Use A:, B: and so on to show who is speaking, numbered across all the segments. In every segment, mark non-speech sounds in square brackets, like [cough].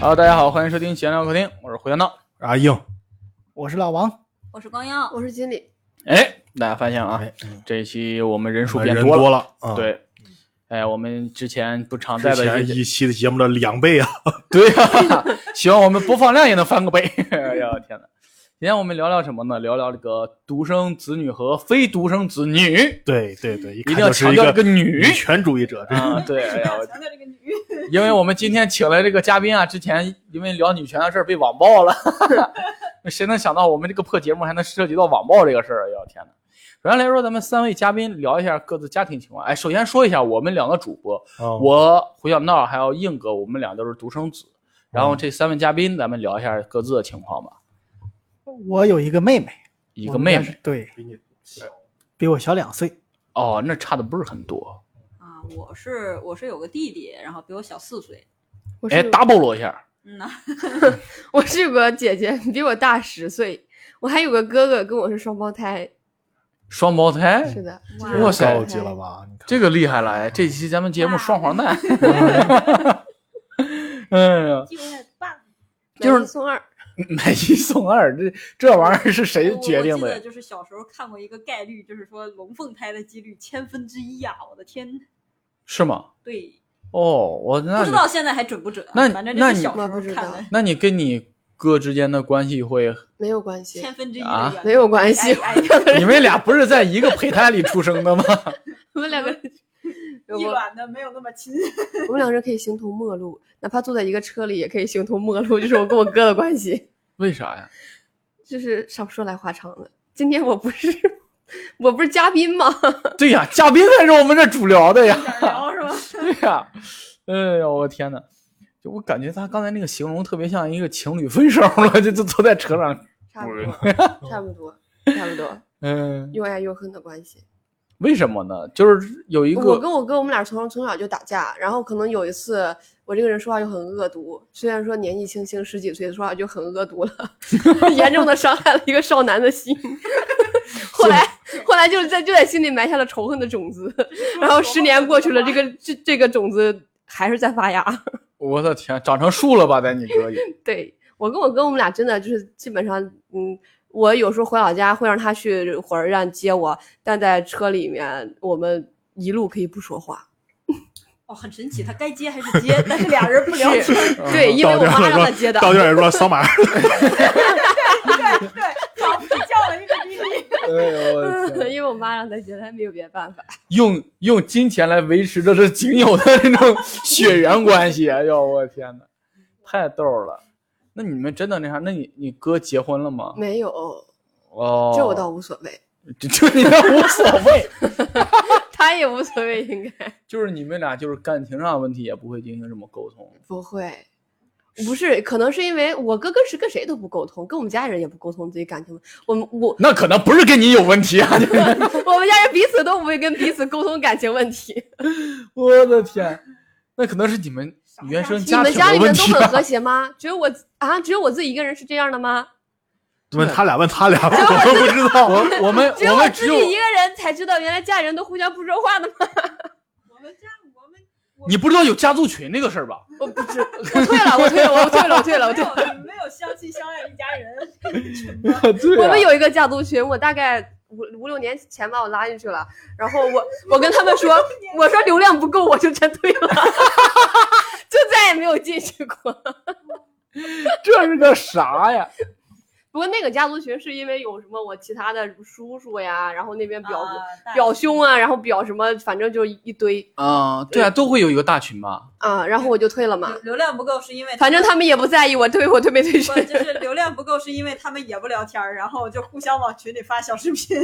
A: Hello，大家好，欢迎收听闲聊客厅，我是胡小闹。
B: 阿啊硬，
C: 我是老王，
D: 我是光耀，
E: 我是经理，
A: 哎，大家发现啊，
B: 哎，
A: 这一期我们人数变
B: 人
A: 多了，
B: 了，啊，
A: 对。哎，我们之前不常在
B: 之
A: 的
B: 前
A: 一些
B: 一期的节目的两倍啊，
A: 对呀、 [laughs] 希望我们播放量也能翻个倍。 [laughs] 哎呀，天哪！今天我们聊聊什么呢？聊聊这个独生子女和非独生子女，
B: [laughs] 对对对，一
A: 一定
B: 看
A: 要
B: 就是
A: 强调
B: 个
A: 这个女
B: 女权主义者，这
A: 啊。对，哎呀，
D: 强调这个女，
A: 因为我们今天请来这个嘉宾啊，之前因为聊女权的事儿被网暴了， [laughs] 谁能想到我们这个破节目还能涉及到网暴这个事儿？哎呦天哪！首先来说，咱们三位嘉宾聊一下各自家庭情况。哎，首先说一下我们两个主播，
B: 啊
A: 我胡小闹还有硬哥，我们俩都是独生子。然后这三位嘉宾，咱们聊一下各自的情况吧。
C: 我有一个妹妹，
A: 一
C: 我
A: 个
C: 们
A: 妹
C: 家是
A: 妹，
C: 对，
B: 比你小
C: 比我小两岁，
A: 哦，那差的不是很多。
D: 啊，我是我是有个弟弟，然后比我小四岁。
E: 我是
A: 哎
E: 有
A: ，double 了一下，
D: 嗯呐，
E: 我是有个姐姐，比我大十岁，我还有个哥哥，跟我是双胞胎，
A: 双胞胎，
E: 是的，
D: 哇
E: 就是
A: 哇塞
B: 高级了吧？你看
A: 这个厉害了！哎，这期咱们节目
D: 哇
A: 双黄蛋。
E: 啊 [laughs]
A: [laughs] 哎呀，
D: 就棒。
A: 就是
E: 买一送二，
A: [laughs] 买一送二，这这玩意儿是谁决定
D: 我
A: 的
D: 记得
A: 呀？
D: 就是小时候看过一个概率，就是说龙凤胎的几率千分之一呀、我的天！
A: 是吗？
D: 对，
A: 哦，我那
D: 不
A: 你
D: 知道现在还准不准啊、
A: 那你
D: 反正
A: 那你
D: 这是小时候
E: 那不知
D: 看
E: 道
D: 的
A: 那你跟你哥之间的关系会，
E: 没有关系
D: 千，分之一的
A: 啊
D: 原理
E: 没有关系
D: 哎哎
E: [laughs]
A: 你们俩不是在一个胚胎里出生的吗？ [laughs]
E: 我们两个，我
D: 一
E: 们
D: 卵的没有那么
A: [laughs]
D: 亲。
E: 我们两个人可以形同陌路，哪怕坐在一个车里也可以形同陌路，就是我跟我哥的关系，
A: 为啥呀？
E: [laughs] 就是少说来话长了。今天我不是我不是嘉宾吗？ [laughs]
A: 对呀，嘉宾才是我们这主聊的呀。 [laughs]
D: 想聊是吧？
A: 对呀、哎呦我天哪！就我感觉他刚才那个形容特别像一个情侣分手了，就就坐在车上，
E: 差不
A: [laughs]
E: 多，差不多，差不多，
A: 嗯，
E: 又爱又恨的关系。
A: 为什么呢？就是有一
E: 我
A: 个
E: 跟我哥我们俩从从小就打架，然后可能有一次我这个人说话就很恶毒，虽然说年纪轻轻十几岁，说话就很恶毒了，严重的伤害了一个少男的心。后来后来就是在就在心里埋下了仇恨的种子，然后十年过去了，这个这这个种子还是在发芽。
A: 我的天，长成树了吧，在你
D: [laughs]
A: 哥里？
E: 对我跟我哥我们俩真的就是基本上，嗯，我有时候回老家会让他去火车站接我，但在车里面我们一路可以不说话。
D: 哦，很神奇，他该接还是接，但是俩人不聊天。
E: 对，因为
B: 到
E: 我
B: 店
E: 妈让
B: 了
E: 他接
B: 说，
E: 的。
B: 到店儿说扫 [laughs] 码，
D: 对对，仿佛叫了一个弟弟。
A: 哎呦我
D: [laughs]
A: 的
D: 呃
A: 天！
E: [laughs] 因为我妈让他接，他没有别的办法。
A: 用用金钱来维持着这仅有的那种血缘关系，哎呦我的天哪，太逗了。那你们真的那啥？那你你哥结婚了吗？
E: 没有，
A: 哦，
E: 这我倒无所谓， [laughs]
A: 就就你俩无所谓，
E: 他也无所谓，应该
A: 就是你们俩就是感情上的问题也不会进行什么沟通。
E: [laughs] 不会。不是，可能是因为我哥跟是跟谁都不沟通，跟我们家人也不沟通自己感情。我们我
A: 那可能不是跟你有问题啊！
E: 我们家人彼此都不会跟彼此沟通感情
A: [laughs]
E: 问题。
A: [laughs] 我的天，那可能是你们原生
E: 你
A: 家
E: 们
A: 庭
E: 家
A: 的
E: 里面
A: 问
E: 都
A: 题
E: 很
A: 啊。
E: 和谐吗？只有我啊，只有我自己一个人是这样的吗？
B: 问他俩，问他 [laughs] 俩，我们不知道。
A: 我我们
E: 只
A: 我
E: 我
A: 们只
E: 自己
A: 有
E: 一个人才知道，原来家里人都互相不说话的吗？
D: 我们家我们
A: 你不知道有家族群这个事儿吧？
E: 我 [laughs] 不知，我退了，我退了，我 [laughs] 退了，我退了，我
D: 没
E: 退了。
D: 有没有相亲相爱一
A: [laughs]
D: 家
A: [laughs]
D: 人，
A: 对啊
E: 我们有一个家族群，我大概五五六年前把我拉进去了，然后我我跟他们 [laughs] 说，我说流量不够，我就撤退 [laughs] 了，就再也没有进去过。
A: 这是个啥呀？
E: 不过那个家族群是因为有什么我其他的叔叔呀，然后那边表、
D: 啊
E: 表兄啊，然后表什么，反正就一堆
A: 啊，对啊，都会有一个大群吧？
E: 啊，然后我就退了嘛
D: 流。流量不够是因为
E: 反正他们也不在意我退我退没退
D: 不
E: 群，
D: 就是流量不够是因为他们也不聊天儿，然后就互相往群里发小视频，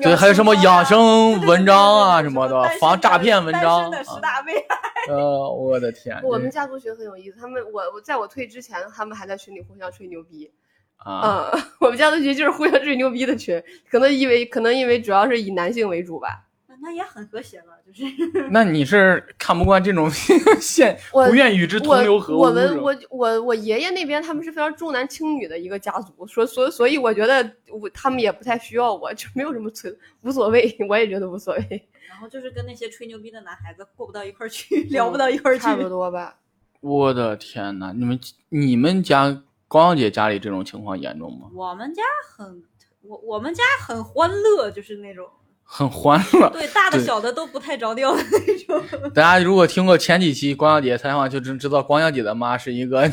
A: 对，还有什么养
D: [laughs]
A: 生文章啊什么的
D: 单身，
A: 防诈骗文章
D: 单身的十
A: 啊。
D: 大妹， [laughs]
A: 呃，我的天，
E: 我们
A: 这
E: 家族群很有意思，他们我我在我退之前，他们还在群里互相吹牛逼。
A: 啊，
E: 嗯， [laughs] 我们家的群就是互相吹牛逼的群，可能因为可能因为主要是以男性为主吧。
D: 那也很和谐了，就是 [laughs]
A: 那你是看不惯这种 [laughs] 现，
E: 我
A: 不愿与之同流
E: 我
A: 合污
E: 我
A: 这
E: 们
A: 种
E: 我我我爷爷那边他们是非常重男轻女的一个家族，所所所以我觉得我他们也不太需要我，就没有什么存无所谓，我也觉得无所谓，
D: [laughs] 然后就是跟那些吹牛逼的男孩子过不到一块儿去，聊不到一块儿去
E: 差。不多吧。
A: 我的天呐，你们你们家光阳姐家里这种情况严重吗？ [laughs]
D: 我们家很，我我们家很欢乐，就是那种
A: 很欢乐。
D: 对大的
A: 对
D: 小的都不太着调 [laughs] 的那种。
A: 大家如果听过前几期光阳姐采访，就知知道光阳姐的妈是一个 [laughs]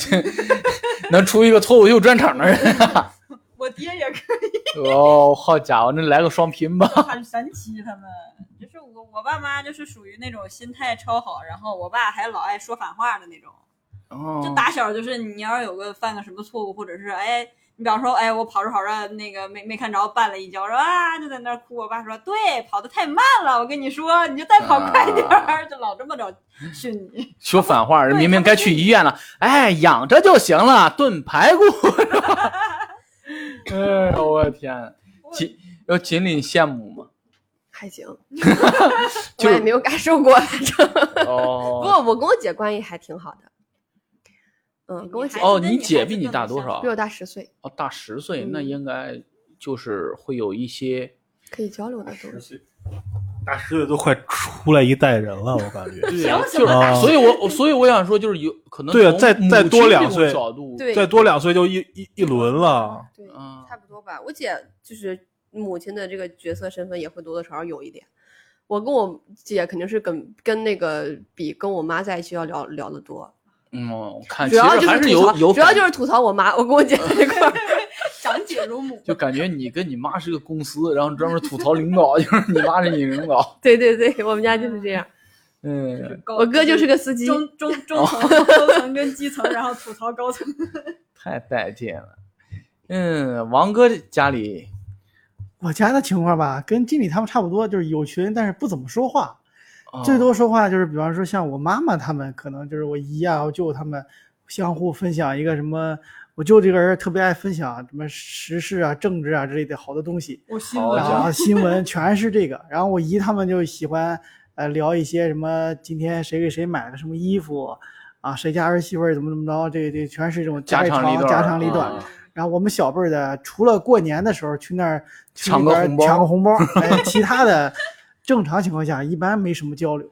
A: 能出一个脱口秀专场的人。啊
D: 我爹也
A: [laughs]
D: 可
A: 哦，好家伙，那来个双拼吧！
D: 以 [laughs] 很神奇，他们就是我我爸妈就是属于那种心态超好，然后我爸还老爱说反话的那种。
A: 哦
D: 就打小就是你要是有个犯个什么错误，或者是哎，你比方说哎，我跑着跑着那个没没看着，绊了一跤，说啊就在那儿哭。我爸说对，跑得太慢了，我跟你说，你就再
A: 啊
D: 跑快点儿，就老这么着训你。
A: 说反话，人
D: 对
A: 明明
D: 他们
A: 该
D: 就
A: 去医院了，哎，养着就行了，炖排骨。是吧 [laughs] 哎呦我的天，锦有锦鲤羡慕 [laughs] 吗？
E: 还行，
A: 就
E: 我也没有感受过，反正。不
A: 哦，
E: 过我跟我姐关系还挺好的，嗯，跟我姐
D: 你还
A: 哦，
D: 跟
A: 你
D: 女
A: 姐
D: 孩子
A: 比你
D: 更
A: 大
D: 能
A: 多
D: 相
A: 少
E: 比？我大十岁，
A: 哦，大十岁，
E: 嗯
A: 那应该就是会有一些
E: 可以交流的东西。
B: [laughs] 大十岁都快出来一代人了，我感觉。
A: 对
D: 凭
A: 啊，
D: 什
A: 就是
D: 么
B: 大
A: 所以我我所以我想说，就是有可能
B: 对啊
A: 从
B: 再
A: 母
B: 再
A: 亲
B: 多
A: 这
B: 两
A: 种
B: 岁
A: 角度，
E: 对
B: 再多两岁就一一一轮了。
E: 对
A: 嗯
E: 差不多吧。我姐就是母亲的这个角色身份也会多多少少有一点。我跟我姐肯定是跟跟那个比跟我妈在一起要聊聊得多，
A: 嗯，我看
E: 主
A: 其实
E: 要就
A: 还是
E: 吐
A: 有
E: 槽，
A: 有
E: 主要
A: 感
E: 就是吐槽我妈，我跟我姐在一块儿 [laughs]
D: 长姐如母，
A: 就感觉你跟你妈是个公司，然后专门吐槽领导， [laughs] 就是你妈是你领 [laughs] 导，
E: 对对对，我们家就是这样。
A: 嗯。
D: 高
E: 我哥就是个司机，
D: 中中
A: 哦
D: 中层、中层跟基层，然后吐槽
A: [laughs]
D: 高层。
A: 太带劲了。嗯，王哥家里
C: 我家的情况吧，跟经理他们差不多，就是有群，但是不怎么说话，
A: 啊
C: 最多说话就是，比方说像我妈妈他们，可能就是我姨啊、我舅他们相互分享一个什么。我舅这个人特别爱分享什么时事啊、政治啊之类的好的东西，
D: 我心
A: 好
C: 然
A: 家
C: 后新闻全是这个。然后我姨他们就喜欢呃聊一些什么今天谁给谁买了什么衣服啊，谁家儿媳妇儿怎么怎么着，这这全是这种
A: 家
C: 里
A: 长里
C: 长
A: 短儿
C: 家长里
A: 啊
C: 短。然后我们小辈儿的，除了过年的时候去那儿去
A: 抢
C: 那
A: 个红
C: 边
A: 包
C: 抢个
A: [laughs]
C: 红包，哎，其他的正常情况下一般没什么交流。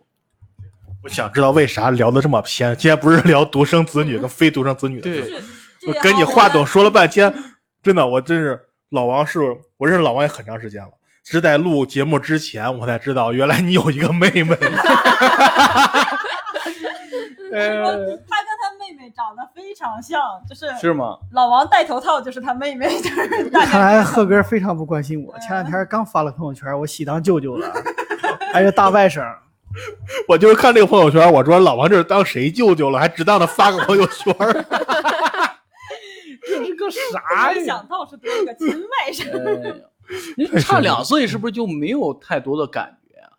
B: 我想知道为啥聊的这么偏？今天不是聊独生子女跟非独生子女的事
A: 对
B: 儿，
D: 这
B: 我
D: 也
B: 跟你
D: 好
B: 话
D: 玩
B: 筒说了半天，真的，我真是老王是，我认识老王也很长时间了，是在录节目之前我才知道，原来你有一个妹妹。
A: 呃，
D: 他跟他妹妹长得非常像，就是
A: 是吗？
D: 老王戴头套就是他妹妹，就是大
C: 看 [laughs]
D: 概
C: 来贺哥非常不关心我，前两天刚发了朋友圈，我喜当舅舅了， [laughs] 还是大外甥。
B: [laughs] 我就是看这个朋友圈，我说老王这是当谁舅舅了，还值当的发个朋友圈儿。
A: 这是个啥
C: 哎
A: [laughs]
D: 没？想到是多个亲外甥。
A: 呃，你差两岁是不是就没有太多的感觉啊？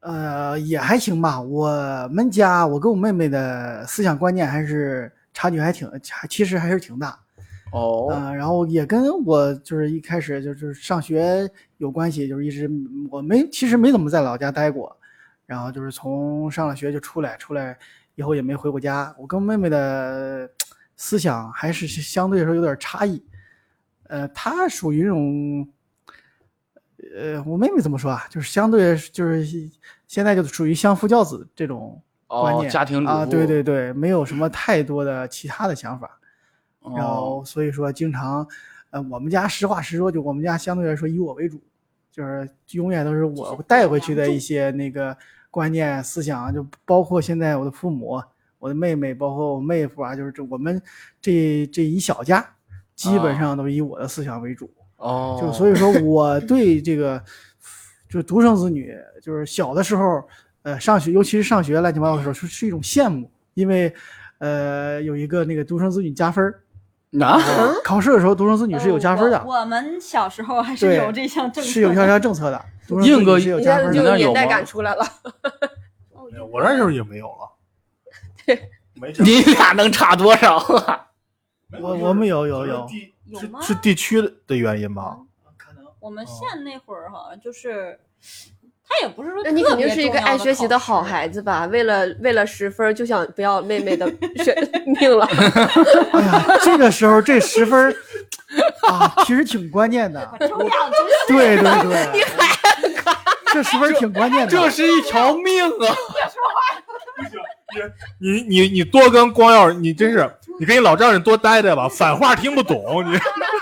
C: 呃，也还行吧。我们家我跟我妹妹的思想观念还是差距还挺，还其实还是挺大。
A: 哦，
C: 呃，然后也跟我就是一开始就是上学有关系，就是一直我没其实没怎么在老家待过，然后就是从上了学就出来，出来以后也没回过家。我跟妹妹的思想还是相对来说有点差异，呃，她属于那种。呃，我妹妹怎么说啊？就是相对，就是现在就属于相夫教子这种观
A: 哦，
C: 念，
A: 家庭主妇
C: 啊，对对，对，没有什么太多的其他的想法。然
A: 哦
C: 后所以说经常，呃，我们家实话实说，就我们家相对来说以我为主，就是永远都是我带回去的一些那个观念思想，就包括现在我的父母、我的妹妹，包括我妹夫啊，就是这我们这这一小家，基本
A: 啊
C: 上都以我的思想为主。
A: 哦，
C: 就所以说我对这个就是独生子女，就是小的时候，呃，上学，尤其是上学乱七八糟的时候，是是一种羡慕，因为呃有一个那个独生子女加分儿， [laughs]
A: 啊，
C: 考试的时候独生子女是有加分的，
D: 嗯我我们小时候还是
C: 对
D: 有这项政策的，
C: 是有加项政策
D: [laughs]
C: 的，独生
A: 硬
C: 子
A: 哥
C: 女是有
E: 一
C: 加
E: 下
C: 分
E: 子
A: 你
E: 就
C: 的。
A: 那儿有
E: 年代
A: 吗
E: 感出来了。
B: [laughs] 我那时候也没有
D: [laughs]
B: 了。没事儿
A: 你俩能差多少啊？
B: 没
C: 我
B: 有
C: 我们有
B: 就是
C: 有有
B: 地
D: 有
B: 是
D: 吗嗯
B: 是地区的原因吧？
D: 我们县那会儿好像就是，他也不是说
E: 那你肯定
D: 特别
E: 是一个
D: 重要
E: 爱学习的好
D: [laughs] 考试
E: 孩子吧？为了为了十分儿就想不要妹妹的
A: [laughs]
E: 学命了， [laughs]
C: 哎呀，这个时候这十分儿 [laughs] 啊，其实挺关
D: [laughs]
C: 键的。
D: 中央中心
C: 对对对，你还 [laughs] 这十分儿挺关键的。
A: 这是一条命啊！
B: 你你你多跟光耀，你真是你跟你老丈人多待待吧，反话听不懂。 [laughs] 你
A: 哎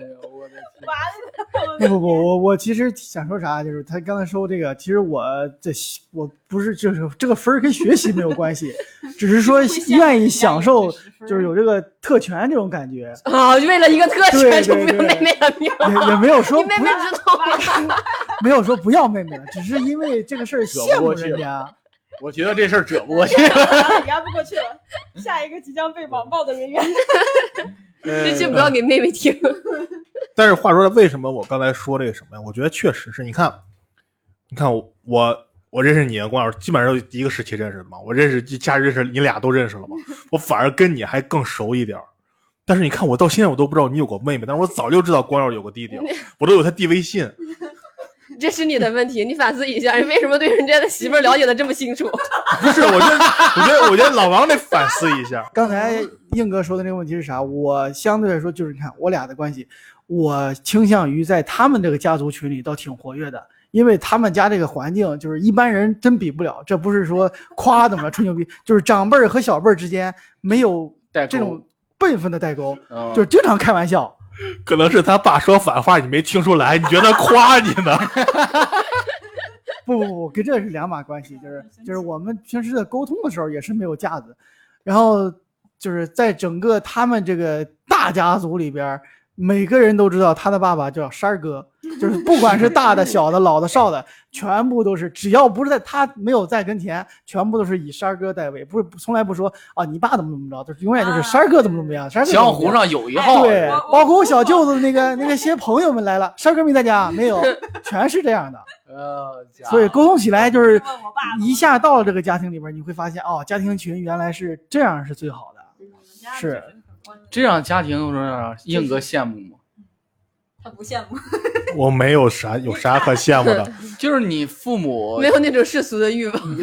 A: 呦我的天
D: 完
C: 不
D: 了，
C: 哎不不，我我其实想说啥，就是他刚才说这个，其实我这我不是就是这个分儿跟学习没有关
D: [laughs]
C: 系，只是说愿意享受，就是有这个特权这种感觉，
E: 啊，为了一个特权
C: 对
E: 就
C: 对
E: 不用
C: 对
E: 妹妹的命了。
C: 也也没有说
E: 你
C: 不
E: 妹妹知道吗？
C: [laughs] 没有说不要妹妹了，只是因为这个事儿羡慕人家。
A: 我觉得这事儿扯不
D: [laughs]
A: 过去。
D: 压不过去了。下一个即将被网暴的人 [laughs] 员，
B: 嗯
E: 这期不要给妹妹听。 [laughs]
B: 但是话说了，为什么我刚才说这个什么呀？我觉得确实是你看，你看我我我认识你，光老师基本上都一个时期认识的嘛。我认识一家认识你俩都认识了嘛，我反而跟你还更熟一点儿。但是你看，我到现在我都不知道你有个妹妹，但是我早就知道光耀有个弟弟了，我都有他弟微信。
E: 这是你的问题，你反思一下，你为什么对人家的媳妇儿了解的这么清楚？
B: 不是，我觉得，我觉得，我觉得老王得反思一下。
C: 刚才硬哥说的那个问题是啥？我相对来说就是你看我俩的关系，我倾向于在他们这个家族群里倒挺活跃的，因为他们家这个环境就是一般人真比不了。这不是说夸怎么着吹牛逼，就是长辈儿和小辈儿之间没有
A: 代沟
C: 这种辈分的代沟，
A: 嗯
C: 就是经常开玩笑。
B: 可能是他爸说反话，你没听出来，你觉得夸你呢？
C: 不不不，跟这是两码关系，就是就是我们平时的沟通的时候也是没有架子，然后就是在整个他们这个大家族里边儿，每个人都知道他的爸爸叫山儿哥，就是不管是大的、小的、老的、少的，全部都是只要不是在他没有在跟前，全部都是以山儿哥代为，不是从来不说啊你爸怎么怎么着，就是永远就是山儿哥怎么怎么样，山儿哥怎么
A: 江
C: 怎么
A: 湖
C: 样
A: 上有一号，
C: 啊
A: 哎
C: 对
D: 我我，
C: 包括我小舅子的那个那个些朋友们来了，山儿哥没在家，
A: [laughs]
C: 没有，全是这样的。
A: 呃，家
C: 所以沟通起来就是
D: 问我爸
C: 一下到了这个家庭里边，你会发现哦，家庭群原来是这样是最好的。是
A: 这样家庭我说硬哥羡慕吗？
D: 他不羡慕，
B: [laughs] 我没有啥，有啥可羡慕的？
A: 就是你父母
E: 没有那种世俗的欲望。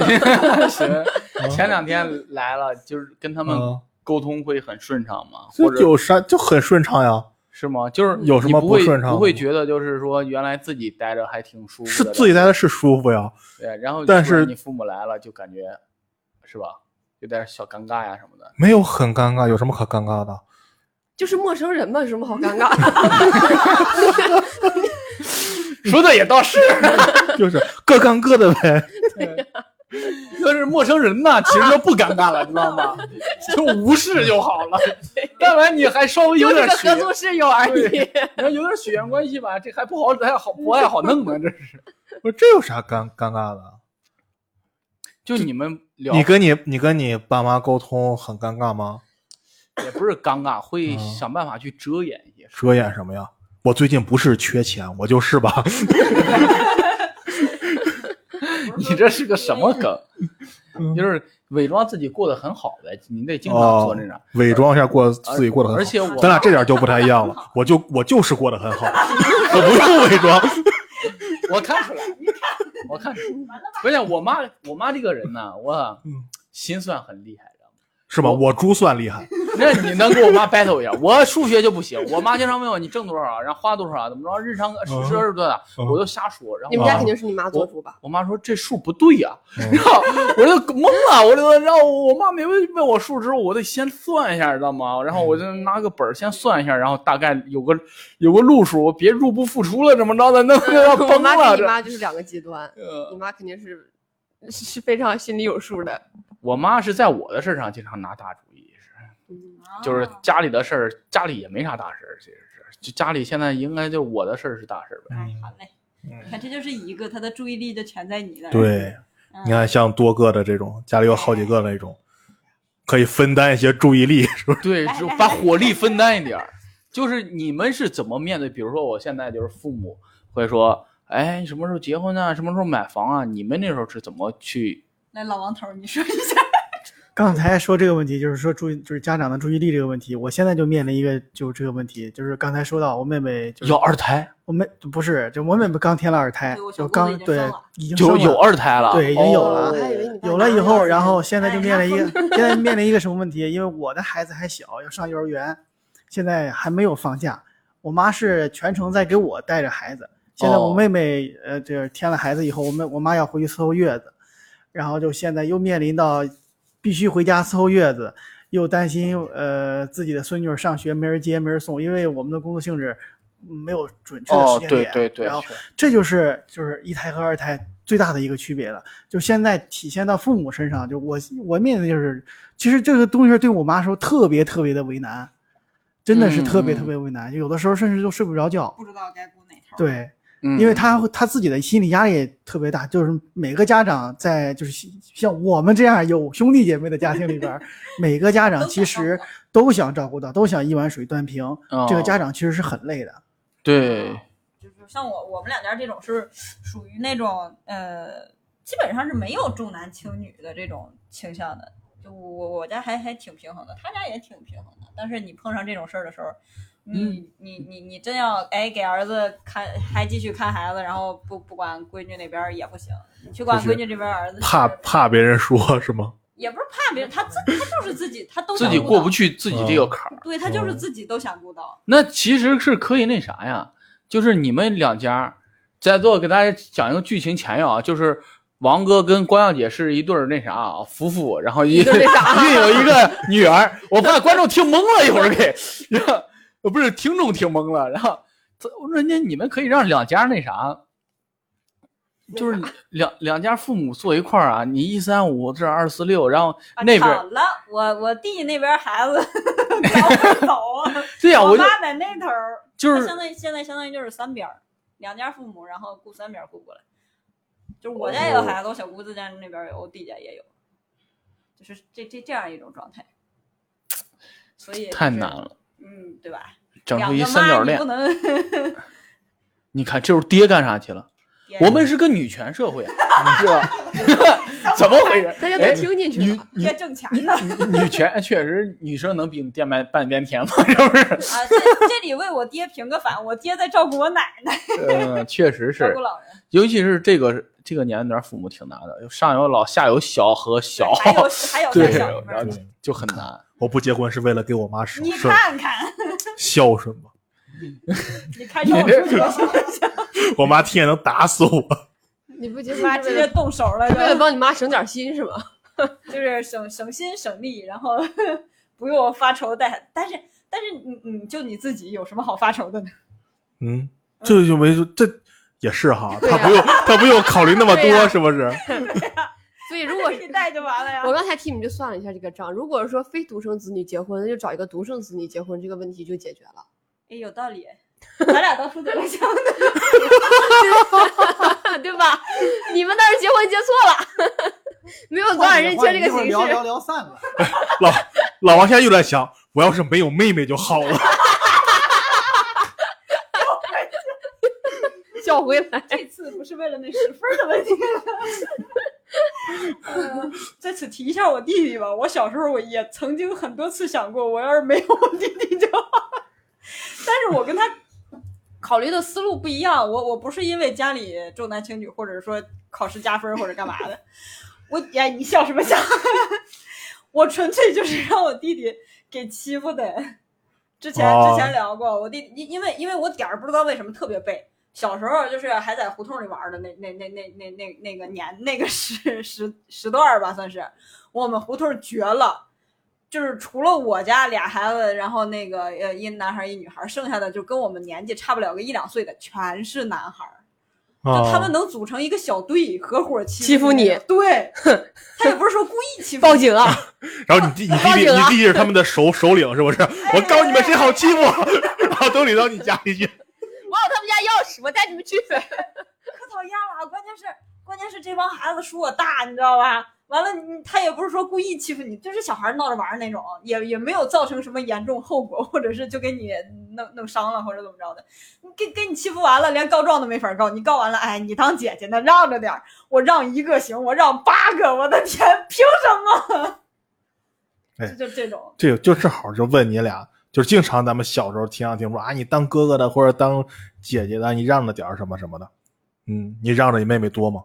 A: 前 [laughs] 前两天来了，就是跟他们
B: [laughs] 嗯
A: 沟通会很顺畅吗？或
B: 这
A: 者
B: 有啥就很顺畅呀，
A: 是吗？就是
B: 有什么
A: 你不会
B: 不顺畅的吗
A: 不会觉得就是说原来自己待着还挺舒服的，
B: 是自己待的是舒服呀。
A: 对，然后
B: 但
A: 突然
B: 是
A: 你父母来了就感觉是吧，有点小尴尬呀什么的。
B: 没有很尴尬，有什么可尴尬的？ [laughs]
E: 就是陌生人嘛，有什么好尴尬？
A: 说的也倒是， [laughs]
B: 就是各干各的呗。
A: 要是陌生人呢，其实就不尴尬了，知道吗？就无视就好了。但凡你还稍微有
E: 就是
A: 点
E: 个
A: 血
E: 合，作室友而已。
A: 你要有点血缘关系吧，这还不好，还好不太好弄呢。这是，
B: 我说这有啥尴尴尬的？
A: 就你们聊，
B: 你跟你你跟你爸妈沟通很尴尬吗？
A: 也不是尴尬，会
B: 嗯
A: 想办法去遮掩一些事。
B: 遮掩什么呀？我最近不是缺钱，我就是吧。
A: [laughs] [laughs]
B: [laughs]
A: 你这是个什么梗？
B: 嗯
A: 就是伪装自己过得很好呗，你得经常做这种。
B: 伪装一下过自己过得很好，
A: 而且我
B: 咱俩这点就不太一样了。我就我就是过得很好， [laughs] 我不用伪装。 [laughs]
A: 我看
E: [laughs]
A: 出来，我看出来。关键我妈，我妈这个人呢，我
B: 嗯
A: 心算很厉害，知道吗？
B: 是吧？我珠算厉害，
A: 那你能跟我妈 battle 一下？我数学就不行，我妈经常问我你挣多少啊，然后花多少啊，怎么着，日常
B: 嗯
A: 吃吃多少，
B: 嗯啊
A: 我就瞎说。然后
E: 你们家肯定是你妈做主吧？
A: 我妈说这数不对呀、
B: 嗯
A: [laughs] 然后我就懵了，我就然后我妈没问问我数之后，我得先算一下，知道吗？然后我就拿个本儿先算一下，然后大概有个有个路数，我别入不敷出了，怎么着的，那那要
E: 我
A: 崩
E: 妈
A: 了
E: 跟你
A: 这。
E: 妈就是两个极端，你
A: 呃
E: 妈肯定是是非常心里有数的。
A: 我妈是在我的事儿上经常拿大主意，是就是
E: 哦
A: 家里的事儿，家里也没啥大事儿，其实是就家里现在应该就我的事儿是大事儿呗。
D: 哎，好嘞。你看，这就是一个他的注意力就全在你那儿。
B: 对，
D: 嗯，
B: 你看像多个的这种，家里有好几个的这种，可以分担一些注意力， [laughs] 是不是？
A: [laughs] 对，
D: 来
A: 就
D: 来
A: 把
D: 来
A: 火力分担一点儿。就是你们是怎么面对？比如说，我现在就是父母会说：“哎，你什么时候结婚啊？什么时候买房啊？”你们那时候是怎么去？
D: 来老王头儿，你说一下。
C: 刚才说这个问题，就是说注意，就是家长的注意力这个问题。我现在就面临一个就是这个问题，就是刚才说到我妹妹，就是
A: 要二胎，
C: 我妹不是，就我妹妹刚添了二胎
D: 对我，小
C: 就
D: 姑子
C: 刚
D: 已经
C: 对
D: 生了
C: 已经
A: 就
C: 生了
A: 有二胎了，
C: 对已经有
A: 哦
C: 了
E: 我还以为你爸
C: 有了以
E: 拿钥
C: 后，
E: 匙
C: 然后现在就
D: 哎
C: 面
D: 然
C: 临一个，现在面临一个什么问题？因为我的孩子还小，要上幼儿园，现在还没有放假。我妈是全程在给我带着孩子。现在我
A: 哦
C: 妹妹，呃，就是添了孩子以后，我们我妈要回去伺候月子，然后就现在又面临到必须回家伺候月子，又担心呃自己的孙女儿上学没人接没人送，因为我们的工作性质没有准确的时
A: 哦，
C: 间
A: 对
C: 点。
A: 对对
C: 然，后
A: 是
C: 这就是就是一胎和二胎最大的一个区别了，就现在体现到父母身上，就我我面对就是，其实这个东西对我妈说特别特别的为难，真的是特
A: 嗯
C: 别
A: 嗯
C: 特别为难，有的时候甚至都睡不着觉。
D: 不知道该顾哪头。，
C: 对，
A: 嗯
C: 因为他会他自己的心理压力也特别大，就是每个家长在就是像我们这样有兄弟姐妹的家庭
A: [laughs]
C: 里边儿，每个家长
D: 都
C: 其
D: 想照
C: 实
D: 顾
C: 都想照顾到，都想一碗水端平，这
A: 哦
C: 个家长其实是很累的。
A: 对，
D: 就是像我我们两家这种是属于那种呃，基本上是没有重男轻女的这种倾向的。就我我家还还挺平衡的，他家也挺平衡的。但是你碰上这种事儿的时候，你、你你你真要哎给儿子看，还继续看孩子，然后不不管闺女那边儿也不行，你去管
B: 就是
D: 闺女这边儿儿子
B: 怕
D: 就是
B: 怕别人说是吗？
D: 也不是怕别人，他自他就是自己他都
A: 自
D: 想
A: 己
D: 顾
A: 过
D: 到
A: 不，去自己这个坎儿，
D: 对他就是
B: 嗯
D: 自己都想顾到。
A: 那其实是可以那啥呀，就是你们两家，在座给大家讲一个剧情前要啊，就是王哥跟光耀姐是一对儿那啥啊夫妇，然后一
E: 对那
D: 啊
A: [laughs]
E: 啥，
A: 另有一个女儿，我怕观众听懵了，一会儿给，然后呃不是听众听懵了，然后这人家你们可以让两家那啥，就是两两家父母坐一块儿啊，你一三五，这二四六，然后
D: 啊
A: 那边
D: 巧了，我我弟那边孩子 [laughs]
A: [laughs]
D: 早会走啊，
A: 对呀、
D: 我
A: 我就
D: 妈在那头儿，
A: 就
D: 那
A: 是
D: 相当于现在相当于就是三边儿，两家父母，然后雇三边儿雇过来，就是我
A: 哦
D: 家也有孩子，我小姑子家那边儿有，我弟家也有，就是这这这样一种状态，所以
A: 太
D: 就是
A: 难，了，
D: 嗯，对吧？
A: 整出
D: 两
A: 一
D: 个
A: 三
D: 妈
A: 角
D: 你
A: 恋
D: 不。能
A: 你看这时候爹干啥去了？[laughs]
D: 颠 [laughs]
A: 我们是个女权社会，你知道 [laughs] 怎么回事？
E: [laughs] 大家
A: 哎
E: 都听进去
A: 女
E: 了。
A: 女
D: 越挣钱呢
A: 女权呃确实，女生能比你垫半半边天吗？是不是？
D: 啊！这这里为我爹平个反，我爹在照顾我奶奶，
A: 嗯，确实
D: 照
A: 是
D: 顾，老人，
A: 尤其是这个这个年龄段，父母挺难的，上有老，下有小和小，
D: 还有还有
A: 对
D: 在小里面
A: 然后
D: 儿，
A: 就就很难。
B: 我不结婚是为了给我妈省
D: 你
B: 事儿
D: 看看。
B: 孝顺嘛。
D: 你开窗户出去，
B: 我妈听见能打死我。
E: 你不结婚
D: 妈
E: 是
D: 直
E: 为
D: 接
E: 了
D: 动手了，
E: 为了
D: 就
E: 帮你妈省点心是吗？
D: 就是省省心省力，然后 [laughs] 不用发愁带。但是但是你你就你自己有什么好发愁的呢？
B: 嗯，这就没这也是哈，
E: 对
D: 啊
B: 她
E: 呀
B: 不用她不用考虑那么
E: 对呀
B: 多，是不是？
E: 所以如
D: [laughs]
E: 果
D: 你带就完了呀
E: 我。刚才替你们就算了一下这个账，如果说非独生子女结婚，那就找一个独生子女结婚，这个问题就解决了。 [laughs]
D: 哎，有道理，咱俩当初怎么想的？
E: 对吧？你们那是结婚结错了，没有多少人接这个
C: 一会儿
E: 形式。
C: 聊聊聊散了。
B: 老老王现在又在想，我要是没有妹妹就好了。
E: 叫回来，
D: [laughs] 这次不是为了那十分儿的问题。呃，在此提一下我弟弟吧。我小时候我也曾经很多次想过，我要是没有我弟弟就好。但是我跟他考虑的思路不一样，我我不是因为家里重男轻女，或者是说考试加分儿或者干嘛的。我哎，你笑什么笑？ [laughs] 我纯粹就是让我弟弟给欺负的。之前
B: 哦
D: 之前聊过，我弟弟因因为因为我点儿不知道为什么特别背，小时候就是还在胡同里玩儿的那那那那那那那个年那个时 [laughs] 时时段儿吧，算是我们胡同绝了。就是除了我家俩孩子，然后那个呃一男孩儿一女孩儿，剩下的就跟我们年纪差不了个一两岁的全是男孩儿。
B: 啊
D: 就他们能组成一个小队，合伙欺
E: 哦欺负你
D: 那种对，他也不是说故意欺负，
E: 报，警啊！ [laughs]
B: 然后你弟你弟
E: 报
B: 弟
E: 警
B: 你
E: 啊
B: 弟弟是他们的首首领是不是？
D: 哎
B: 我告诉你们谁好欺负，然后都领到你家里去。
E: 我有他们家钥匙，我带你们去。
D: 可讨厌了。关键是关键是这帮孩子数我大，你知道吧？完了，你他也不是说故意欺负你，就是小孩闹着玩儿那种，也也没有造成什么严重后果，或者是就给你弄弄伤了或者怎么着的。你给给你欺负完了，连告状都没法告，你告完了，哎，你当姐姐呢，让着点儿，我让一个行，我让八个，我的天，凭什么？
B: 哎
D: 就就这种，
B: 这个就正好就问你俩，就是经常咱们小时候听啊听说啊，你当哥哥的或者当姐姐的，你让着点儿什么什么的。嗯，你让着你妹妹多吗？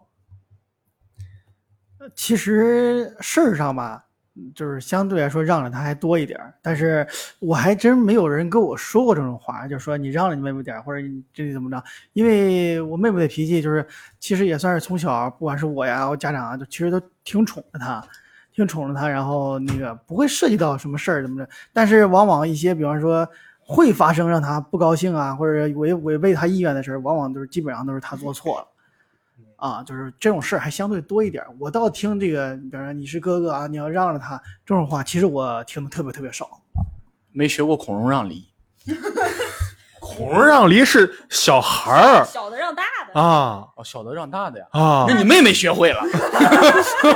C: 其实事儿上吧，嗯就是相对来说让着他还多一点儿，但是我还真没有人跟我说过这种话，就说你让着你妹妹点儿，或者你这怎么着？因为我妹妹的脾气就是，其实也算是从小，不管是我呀，我家长啊，就其实都挺宠着她。挺宠着他，然后那个不会涉及到什么事儿怎么着，但是往往一些比方说会发生让他不高兴啊，或者违违背他意愿的事儿，往往都是基本上都是他做错了。啊，就是这种事儿还相对多一点儿。我倒听这个，比方说你是哥哥啊，你要让着他这种话，其实我听的特别特别少。
A: 没学过孔融让梨，
B: 孔融让梨是小孩儿
D: 小的让大的，
B: 啊
A: 哦，小的让大的呀，
B: 啊
A: 那！你妹妹学会了，
D: 孔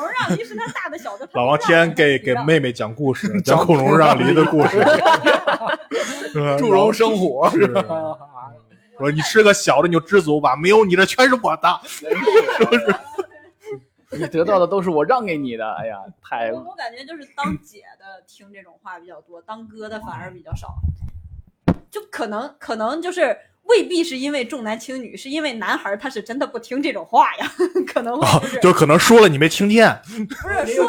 D: 融 [laughs] 让梨是他大的，小的他不
B: 老王
D: 让
B: 天给给妹妹讲故 [laughs] 事，讲孔融让梨的故事， [laughs]
A: 祝融生虎。
B: 是说你吃个小的你就知足吧，没有你的全是我的。
A: 你得到的都是我让给你的，哎呀，太
D: 我我感觉就是当姐的听这种话比较多，当哥的反而比较少。就可能可能就是未必是因为重男轻女，是因为男孩儿他是真的不听这种话呀， [laughs] 可能会就
B: [laughs]
D: 是、
B: 就可能说了你没听见，
D: 不是说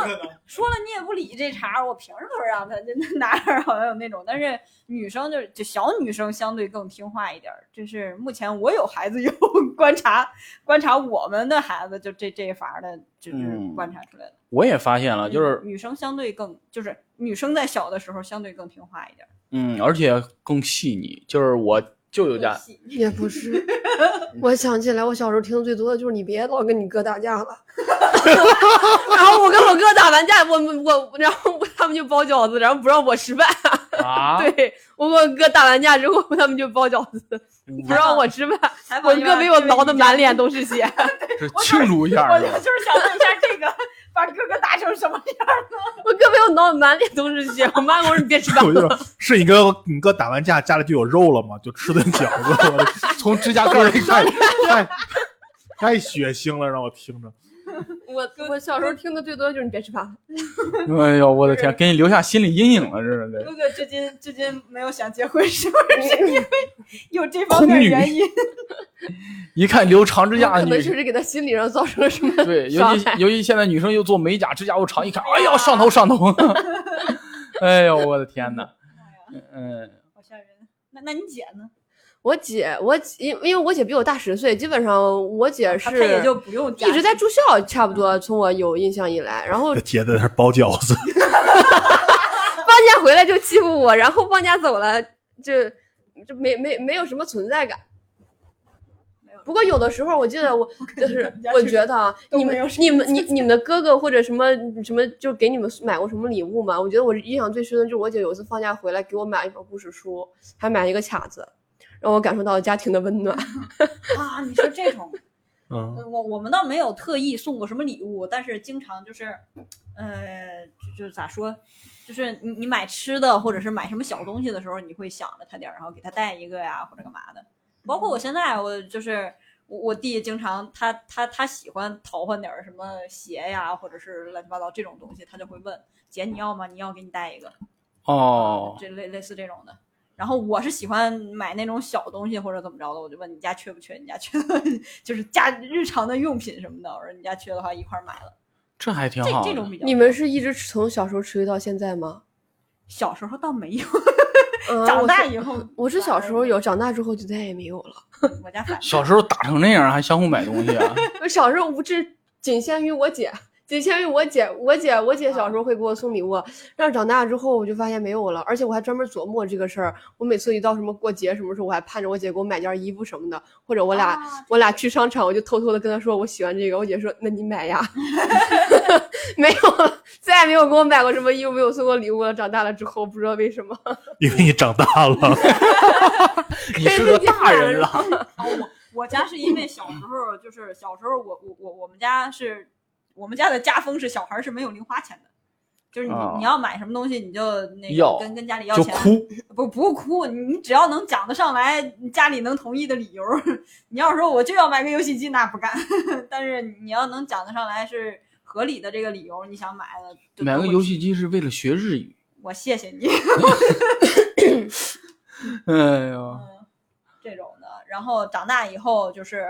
D: 说了你也不理这茬儿，我凭什么让他？ [laughs] 就男孩儿好像有那种，但是女生就是就小女生相对更听话一点儿。这是目前我有孩子有 [laughs] 观察观察我们的孩子，就这这一伐的，就是
A: 嗯
D: 观察出来的。
A: 我也发现了，啊就是
D: 女生相对更就是女生在小的时候相对更听话一点儿。
A: 嗯，而且更细腻。就是我舅舅
D: [laughs]
A: 家，
E: [laughs] 也不是，我想起来，我小时候听的最多的就是你别老跟你哥打架了。 [laughs] 然后我跟我哥打完架，我们我然后我他们就包饺子，然后不让我吃饭。
A: 啊，
E: 对我跟我哥打完架之后， [laughs] 他们就包饺子，不让我吃饭。
D: 采访
E: 我
D: 一
E: 哥
D: 下
E: 被我
D: 这位
E: 挠的
D: 女嘉
E: 满
D: 宾
E: [laughs] 脸都是血。
A: 是庆祝一下
D: 我
A: 是吧？
D: 就是想问一下这个， [laughs] 把哥哥打成什么样？
E: 我哥被我挠的满脸都是血，我妈跟我说你别吃饭
B: [laughs] 我 [laughs] 就
E: 了。
B: 说是你跟你哥打完架，家里就有肉了嘛，就吃顿饺子。 [laughs] 我从芝加哥那 [laughs] 太太太血腥了，让我听 [laughs] 着。
E: [laughs] 我我小时候听的最多的就是你别吃饭了。
A: 哎呦，我的
D: [laughs]
A: 天，给你留下心理阴影了，这是
D: 哥
A: 的。
D: 哥至今至今没有想结婚，是不是因为 [laughs] 有这方面
A: 空女
D: 原因？
A: 一看留长指甲
E: 可
A: 的
E: 能
A: 女
E: 确
A: 生，
E: 实给他心理上造成了什么
A: 对，尤
E: 伤
A: 其
E: 害。
A: 尤其现在女生又做美甲，指甲又长，一看，哎呀，上
D: [laughs]
A: 头上头。 [laughs] 哎呦，我的天哪！嗯，
D: 好吓人。那那你姐呢？
E: 我姐，我姐因因为我姐比我大十岁，基本上我姐
D: 她
E: 是
D: 她也就不用
E: 一直在住校，差不多从我有印象以来，然后
B: 姐在那儿包饺子，
E: 放假回来就欺负我，然后放假走了就就没没没有什么存在感。不过有的时候，我记
D: [laughs]
E: 得我就是
D: 你们家
E: 我
D: 确实
E: 觉得啊，
D: 都
E: 你
D: 没有
E: 们
D: 什么 [laughs]
E: 你们你你们的哥哥或者什么什么，就给你们买过什么礼物吗？我觉得我印象最深的就是我姐有一次放假回来给我买了一本故事书，还买了一个卡子，让我感受到了家庭的
D: [laughs]
E: 温暖。
D: 啊。你说这种，
B: 嗯，
D: 呃我我们倒没有特意送过什么礼物，但是经常就是，呃，就就咋说，就是你你买吃的或者是买什么小东西的时候，你会想着他点儿，然后给他带一个呀或者干嘛的。包括我现在，我就是我我弟经常他他他喜欢淘换点儿什么鞋呀或者是乱七八糟这种东西，他就会问姐你要吗？你要给你带一个。
A: 哦，
D: 这类类似这种的。然后我是喜欢买那种小东西或者怎么着的，我就问你家缺不缺，你家缺就是家日常的用品什么的，我说你家缺的话一块儿买了。
A: 这还挺
D: 这
A: 好的。
D: 这种比较多。
E: 你们是一直从小时候持续到现在吗？
D: 小时候倒没
E: [laughs]
D: 有，
E: 嗯
D: 长大
E: 我是
D: 以后
E: 我是小时候有，长大之后就再也没有了。
D: 反而
A: [laughs]
D: 我家反
A: 小时候打成那样，还相互买东西
D: [laughs]
A: 啊？
E: 我小时候无知，仅限于我姐，仅限于我姐，我姐，我姐小时候会给我送礼物，但是长大之后我就发现没有了，而且我还专门琢磨这个事儿。我每次一到什么过节什么时候，我还盼着我姐给我买件衣服什么的，或者我俩、
D: 啊
E: 我俩去商场，我就偷偷的跟她说我喜欢这个，我姐说那你买呀，没有了，再也没有给我买过什么衣服，没有送过礼物了。长大了之后不知道为什么，
B: 因为你长大了，
A: 你是个大人了，
D: 啊，我我家是因为小时候就是小时候我我我我们家是我们家的家风是小孩儿是没有零花钱的，就是你、
A: 啊
D: 你要买什么东西你就那
A: 要
D: 个跟跟家里要
A: 就
D: 钱，
A: 哭。
D: 不不哭，你你只要能讲得上来，你家里能同意的理由， [laughs] 你要说我就要买个游戏机，那不干。 [laughs] 但是你要能讲得上来是合理的这个理由，你想买的就
A: 买
D: 都
A: 个
D: 会
A: 游，戏机是为了学日语。
D: 我谢谢你。 [laughs]
A: 哎呦，
D: 嗯，这种的。然后长大以后就是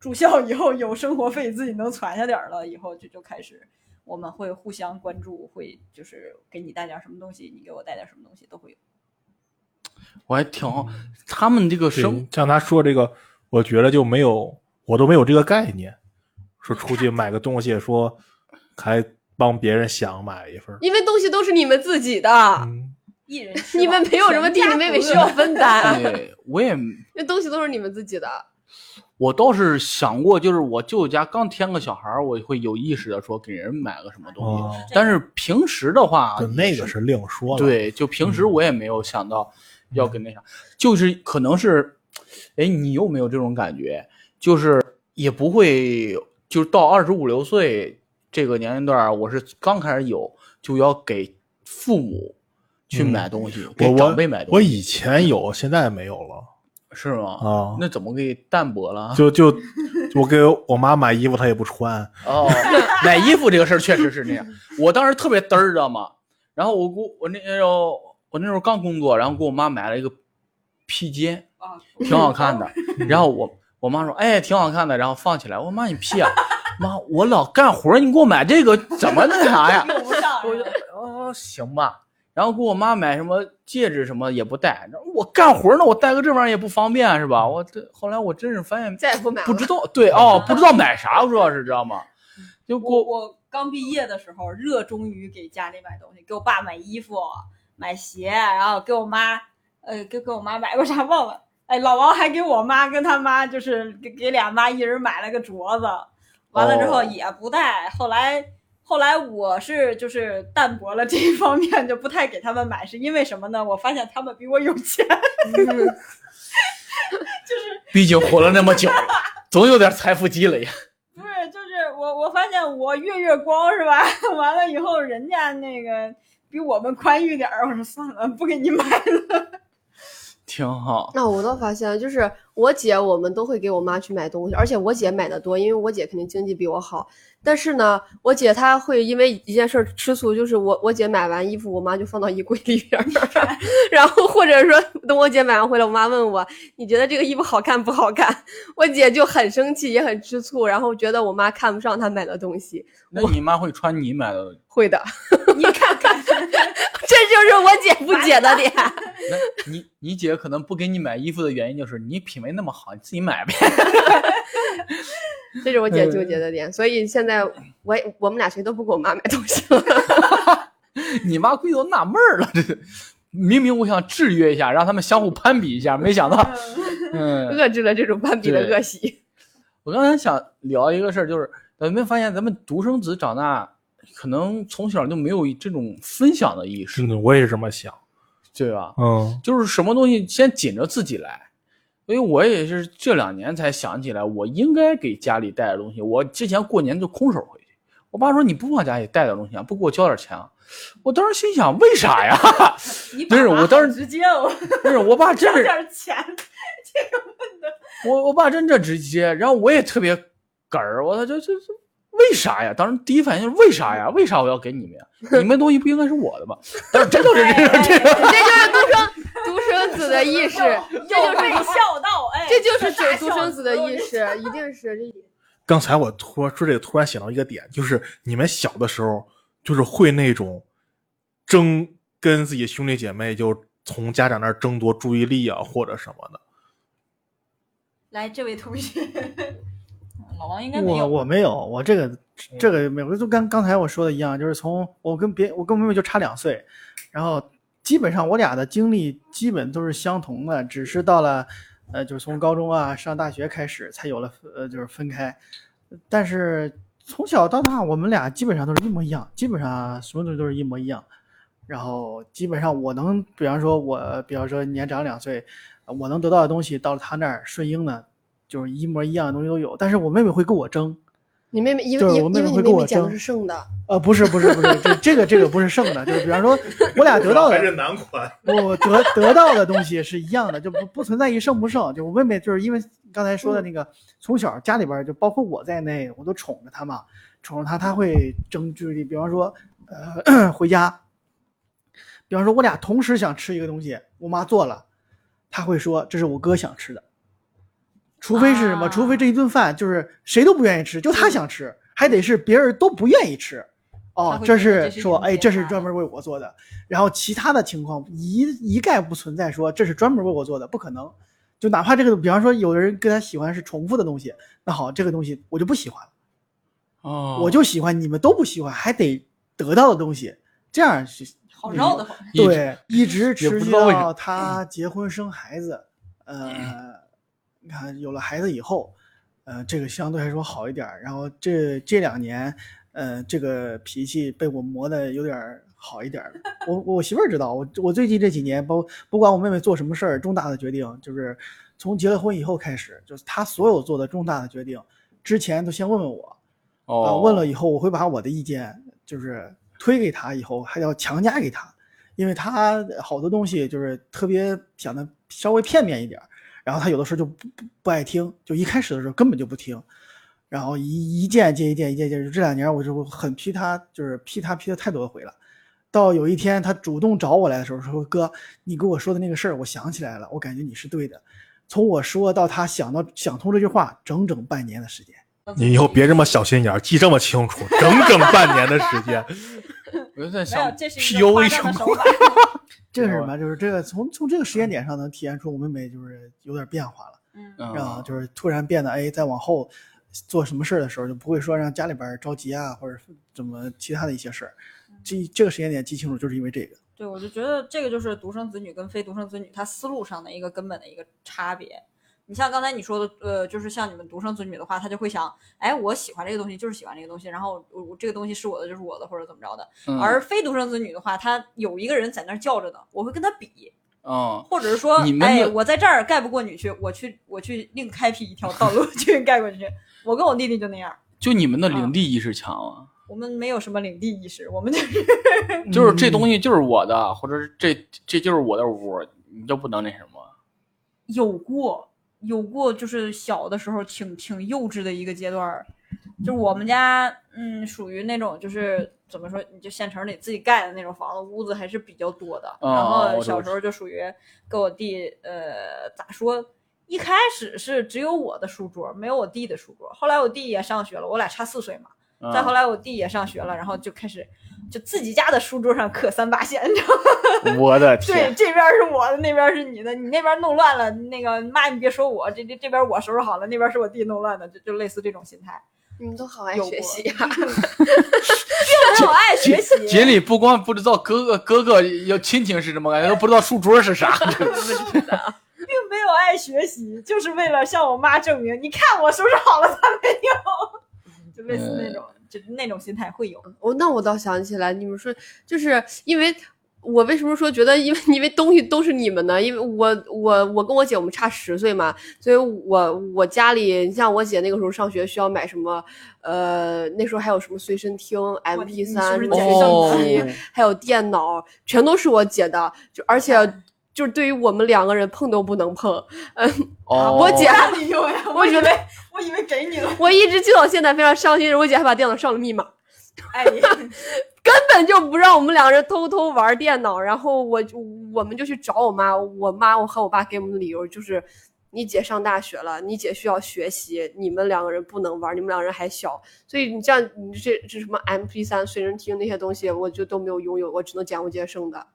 D: 住校以后有生活费自己能攒下点儿了，以后就就开始我们会互相关注，会就是给你带点儿什么东西，你给我带点儿什么东西都会有。
A: 我还挺好。他们这个生
B: 对像他说这个，我觉得就没有，我都没有这个概念。说出去买个东西，说还帮别人想买一份儿。
E: 因为东西都是你们自己的，
B: 嗯，
D: 一人吃饱
E: 你们没有什么弟弟妹妹需要，分担，
A: 对，我也
E: 那东西都是你们自己的。
A: 我倒是想过，就是我舅舅家刚添个小孩儿，我会有意识的说给人买个什么东西。
B: 哦
A: 但是平时的话，
B: 就那个是另说了。，嗯
A: 对，就平时我也没有想到要跟那啥，就是可能是，哎，你有没有这种感觉？就是也不会，就是到二十五六岁这个年龄段儿，我是刚开始有就要给父母去
B: 嗯
A: 买东西，
B: 我
A: 给
B: 我
A: 长辈买
B: 我
A: 东西，
B: 以前有，现在没有了
A: 是吗？
B: 啊。
A: 那怎么给淡薄了？
B: 就就我给我妈买衣服，她也不穿。
A: 哦，买衣服这个事儿确实是那样。我当时特别嘚儿，知道吗？然后我姑我那时候我那时候刚工作，然后给我妈买了一个披肩，
D: 啊
A: 挺好看的。然后我我妈说，哎，挺好看的，然后放起来。我妈你屁啊！妈，我老干活，你给我买这个怎么那啥呀？
D: 用不
E: [laughs]
D: 上
A: 我就哦行吧，然后给我妈买什么戒指什么也不戴，我干活呢，我戴个这玩意儿也不方便是吧？我这后来我真是发现
E: 再也不买了
A: 不知道对哦，不知道买啥，主要是知道吗？就给
D: 我
A: 我
D: 我刚毕业的时候，热衷于给家里买东西，给我爸买衣服、买鞋，然后给我妈，呃，给给我妈买过啥忘了。哎，老王还给我妈跟他妈，就是给给俩妈一人买了个镯子，完了之后
A: 哦
D: 也不戴。后来后来我是就是淡薄了这一方面，就不太给他们买，是因为什么呢？我发现他们比我有钱，就是
A: 毕竟活了那么久，总有点财富积累。
D: 不是，就是我我发现我月月光是吧？ [laughs] 完了以后，人家那个比我们宽裕点儿，我说算了，不给你买了。
A: 挺好，
E: 那我倒发现，就是我姐，我们都会给我妈去买东西，而且我姐买的多，因为我姐肯定经济比我好。但是呢，我姐她会因为一件事儿吃醋，就是我我姐买完衣服，我妈就放到衣柜里边儿， [laughs] 然后或者说等我姐买完回来，我妈问我你觉得这个衣服好看不好看， [laughs] 我姐就很生气，也很吃醋，然后觉得我妈看不上她买的东西。
A: 那你妈会穿你买的？
E: 会的， [laughs]
D: 你看看，
E: 这就是我姐不解的点。
A: 那你你姐可能不给你买衣服的原因就是你品味那么好，你自己买呗。 [laughs]
E: 这是我姐纠
C: 嗯
E: 结的点，所以现在我也我们俩谁都不给我妈买东西了。 [laughs]
A: 你妈估计都纳闷儿了，这明明我想制约一下，让他们相互攀比一下，没想到，嗯，
E: 遏制了这种攀比的
A: 对
E: 恶习。 [laughs]
A: 我刚才想聊一个事儿，就是咱们发现咱们独生子长大，可能从小就没有这种分享的意识，
B: 真的，我也是这么想。
A: 对吧？
B: 嗯，
A: 就是什么东西先紧着自己来。所以我也是这两年才想起来，我应该给家里带点东西。我之前过年就空手回去，我爸说你不往家里带点东西啊，不给我交点钱啊。我当时心想，为啥呀？ [laughs]
D: 你
A: 不是
D: 爸妈
A: 我当时
D: 好直接哦，
A: 不是我爸真
D: 挣
A: 是
D: 点钱，这个问的
A: 我我爸真这直接，然后我也特别哏儿，我操，这这这为啥呀？当时第一反应是为啥呀？为啥我要给你们呀？你们东西不应该是我的吗？但是真就是
C: [laughs]
A: 这种这种，
E: 这就是独生独生子的意识，这
D: 有
E: 就是
D: 被孝道，哎，
E: 这就是
D: 大
E: 独生子的意
D: 孝子。
E: 识，一定是这。
B: 刚才我突然说这个，突然想到一个点，就是你们小的时候，就是会那种争跟自己兄弟姐妹就从家长那儿争夺注意力啊，或者什么的。
D: 来，这位同学，老王应该没
C: 我
D: 有，
C: 我没有，我这个这个没有，就跟刚才我说的一样，就是从我跟别我跟我妹妹就差两岁，然后基本上我俩的经历基本都是相同的，只是到了呃就是从高中啊上大学开始才有了呃就是分开，但是从小到大我们俩基本上都是一模一样，基本上什么东西都是一模一样，然后基本上我能比方说我比方说年长两岁，呃我能得到的东西到了他那儿顺应呢。就是一模一样的东西都有，但是我妹妹会跟我争，
E: 你妹妹，因
C: 对
E: 为因
C: 我
E: 为
C: 妹
E: 因
C: 妹
E: 为
C: 会
E: 你
C: 跟
E: 妹
C: 我
E: 妹讲的
C: 争
E: 是剩的，
C: 呃，不是不是不是，这这个这个不是剩的，就是比方说我俩
B: [laughs]
C: 得到的，
B: 男款，
C: 我得得到的东西是一样的，就不不存在于剩不剩。就我妹妹就是因为刚才说的那个，从小家里边儿就包括我在内，我都宠着她嘛，宠着她，她会争注意力。比方说，呃，回家，比方说我俩同时想吃一个东西，我妈做了，她会说这是我哥想吃的，除非是什么，
D: 啊
C: 除非这一顿饭就是谁都不愿意吃，就她想吃，还得是别人都不愿意吃。
D: 她
C: 哦，
D: 会
C: 这
D: 觉得
C: 是
D: 这是一
C: 说，
D: 种
C: 哎，
D: 偏
C: 这是
D: 袒
C: 专门为我做的。然后其他的情况一一概不存在说这是专门为我做的，不可能。就哪怕这个，比方说有的人跟他喜欢是重复的东西，那好，这个东西我就不喜欢了。
A: 哦，
C: 我就喜欢你们都不喜欢，还得得到的东西，这样是
D: 好绕的慌。
A: 一直
C: 对，一直持
A: 不
C: 续
A: 知道为嗯
C: 到他结婚生孩子，呃，你看有了孩子以后，呃，这个相对来说好一点儿。然后这这两年，呃，这个脾气被我磨的有点儿好一点儿了。我我媳妇儿知道，我我最近这几年，包不管我妹妹做什么事儿，重大的决定就是从结了婚以后开始，就是她所有做的重大的决定，之前都先问问我，啊、
A: 哦
C: 问了以后，我会把我的意见就是推给他，以后还要强加给他，因为他好多东西就是特别想的稍微片面一点儿，然后他有的时候就不不不爱听，就一开始的时候根本就不听，然后一一件接一件一件接，就这两年我就很批他，就是批他批了太多回了。到有一天他主动找我来的时候，说：“哥，你跟我说的那个事儿，我想起来了，我感觉你是对的。”从我说到他想到想通这句话，整整半年的时间。
B: 你以后别这么小心眼儿，记这么清楚，整整半年的时间。
A: 我就在
D: 没有
A: 想，
D: 这是一个夸张的手法。
C: 这是
A: 知道
C: 什
A: 吧
C: 么？就是这个从从这个时间点上能体现出我妹妹就是有点变化了，
D: 嗯，
A: 嗯
C: 然后就是突然变得哎，在往后做什么事儿的时候就不会说让家里边儿着急啊，或者是怎么其他的一些事儿。记这个时间点记清楚，就是因为这个。
D: 对，我就觉得这个就是独生子女跟非独生子女他思路上的一个根本的一个差别。你像刚才你说的，呃，就是像你们独生子女的话，他就会想，哎，我喜欢这个东西，就是喜欢这个东西，然后我我这个东西是我的，就是我的，或者怎么着的。
A: 嗯
D: 而非独生子女的话，他有一个人在那儿叫着呢，我会跟他比，
A: 嗯，
D: 或者是说
A: 你，们
D: 哎，
A: 的
D: 我在这儿盖不过你去，我去我去另开辟一条道路 [laughs] 去盖过你去。我跟我弟弟就那样，
A: 就你们的领地意识强啊，
D: 我们没有什么领地意识，我们就是
A: 就是这东
C: 西，
A: 西就是我的，或者是这这就是我的屋，你就不能那什么。
D: 有过，有过，就是小的时候挺挺幼稚的一个阶段儿，就是我们家，嗯，属于那种就是怎么说，你就县城里自己盖的那种房子，屋子还是比较多的。
A: 哦
D: 然后
A: 我
D: 小
A: 懂
D: 时候就属于跟我弟，呃，咋说？一开始是只有我的书桌，没有我弟的书桌。后来我弟也上学了，我俩差四岁嘛。
A: 嗯
D: 再后来我弟也上学了，然后就开始就自己家的书桌上刻三八线，你知道吗？
A: 我的
D: 对，
A: 天，
D: 这边是我的，那边是你的，你那边弄乱了，那个妈你别说我，这这这边我收拾好了，那边是我弟弄乱的，就就类似这种心态。
E: 你们都好爱
D: 有
E: 学
D: 过
E: 习啊
D: [laughs]
E: 呀、
D: 没有爱学 [laughs] 习，
A: 锦鲤不光不知道哥哥哥哥要亲情是什么感觉，都不知道书桌是啥。 [laughs]
D: 并没有爱学习，就是为了向我妈证明，你看我收拾好了，他没有， [laughs] 就类似那种，就那种心态会有。
E: 我哦那我倒想起来，你们说就是因为我为什么说觉得因为因为东西都是你们的，因为我我我跟我姐我们差十岁嘛，所以我我家里你像我姐那个时候上学需要买什么，呃那时候还有什么随身听、
D: 你
E: MP
D: 是
E: 三、
D: 不
E: 什
D: 是
E: 么
D: 姐
E: 学
A: 哦
E: 相
D: 啊
E: 机，还有电脑，全都是我姐的，就而且就是对于我们两个人碰都不能碰，
A: 哦，
E: 啊我姐
D: 家里有呀，我以为我以为给你了，
E: 我一直记到现在非常伤心，我姐还把电脑上了密码。
D: [laughs] 哎， [laughs]
E: 根本就不让我们两个人偷偷玩电脑，然后我就我们就去找我妈，我妈我和我爸给我们的理由就是，你姐上大学了，你姐需要学习，你们两个人不能玩，你们两个人还小，所以你像你这这什么 MP 三随身听那些东西，我就都没有拥有，我只能捡我姐剩的，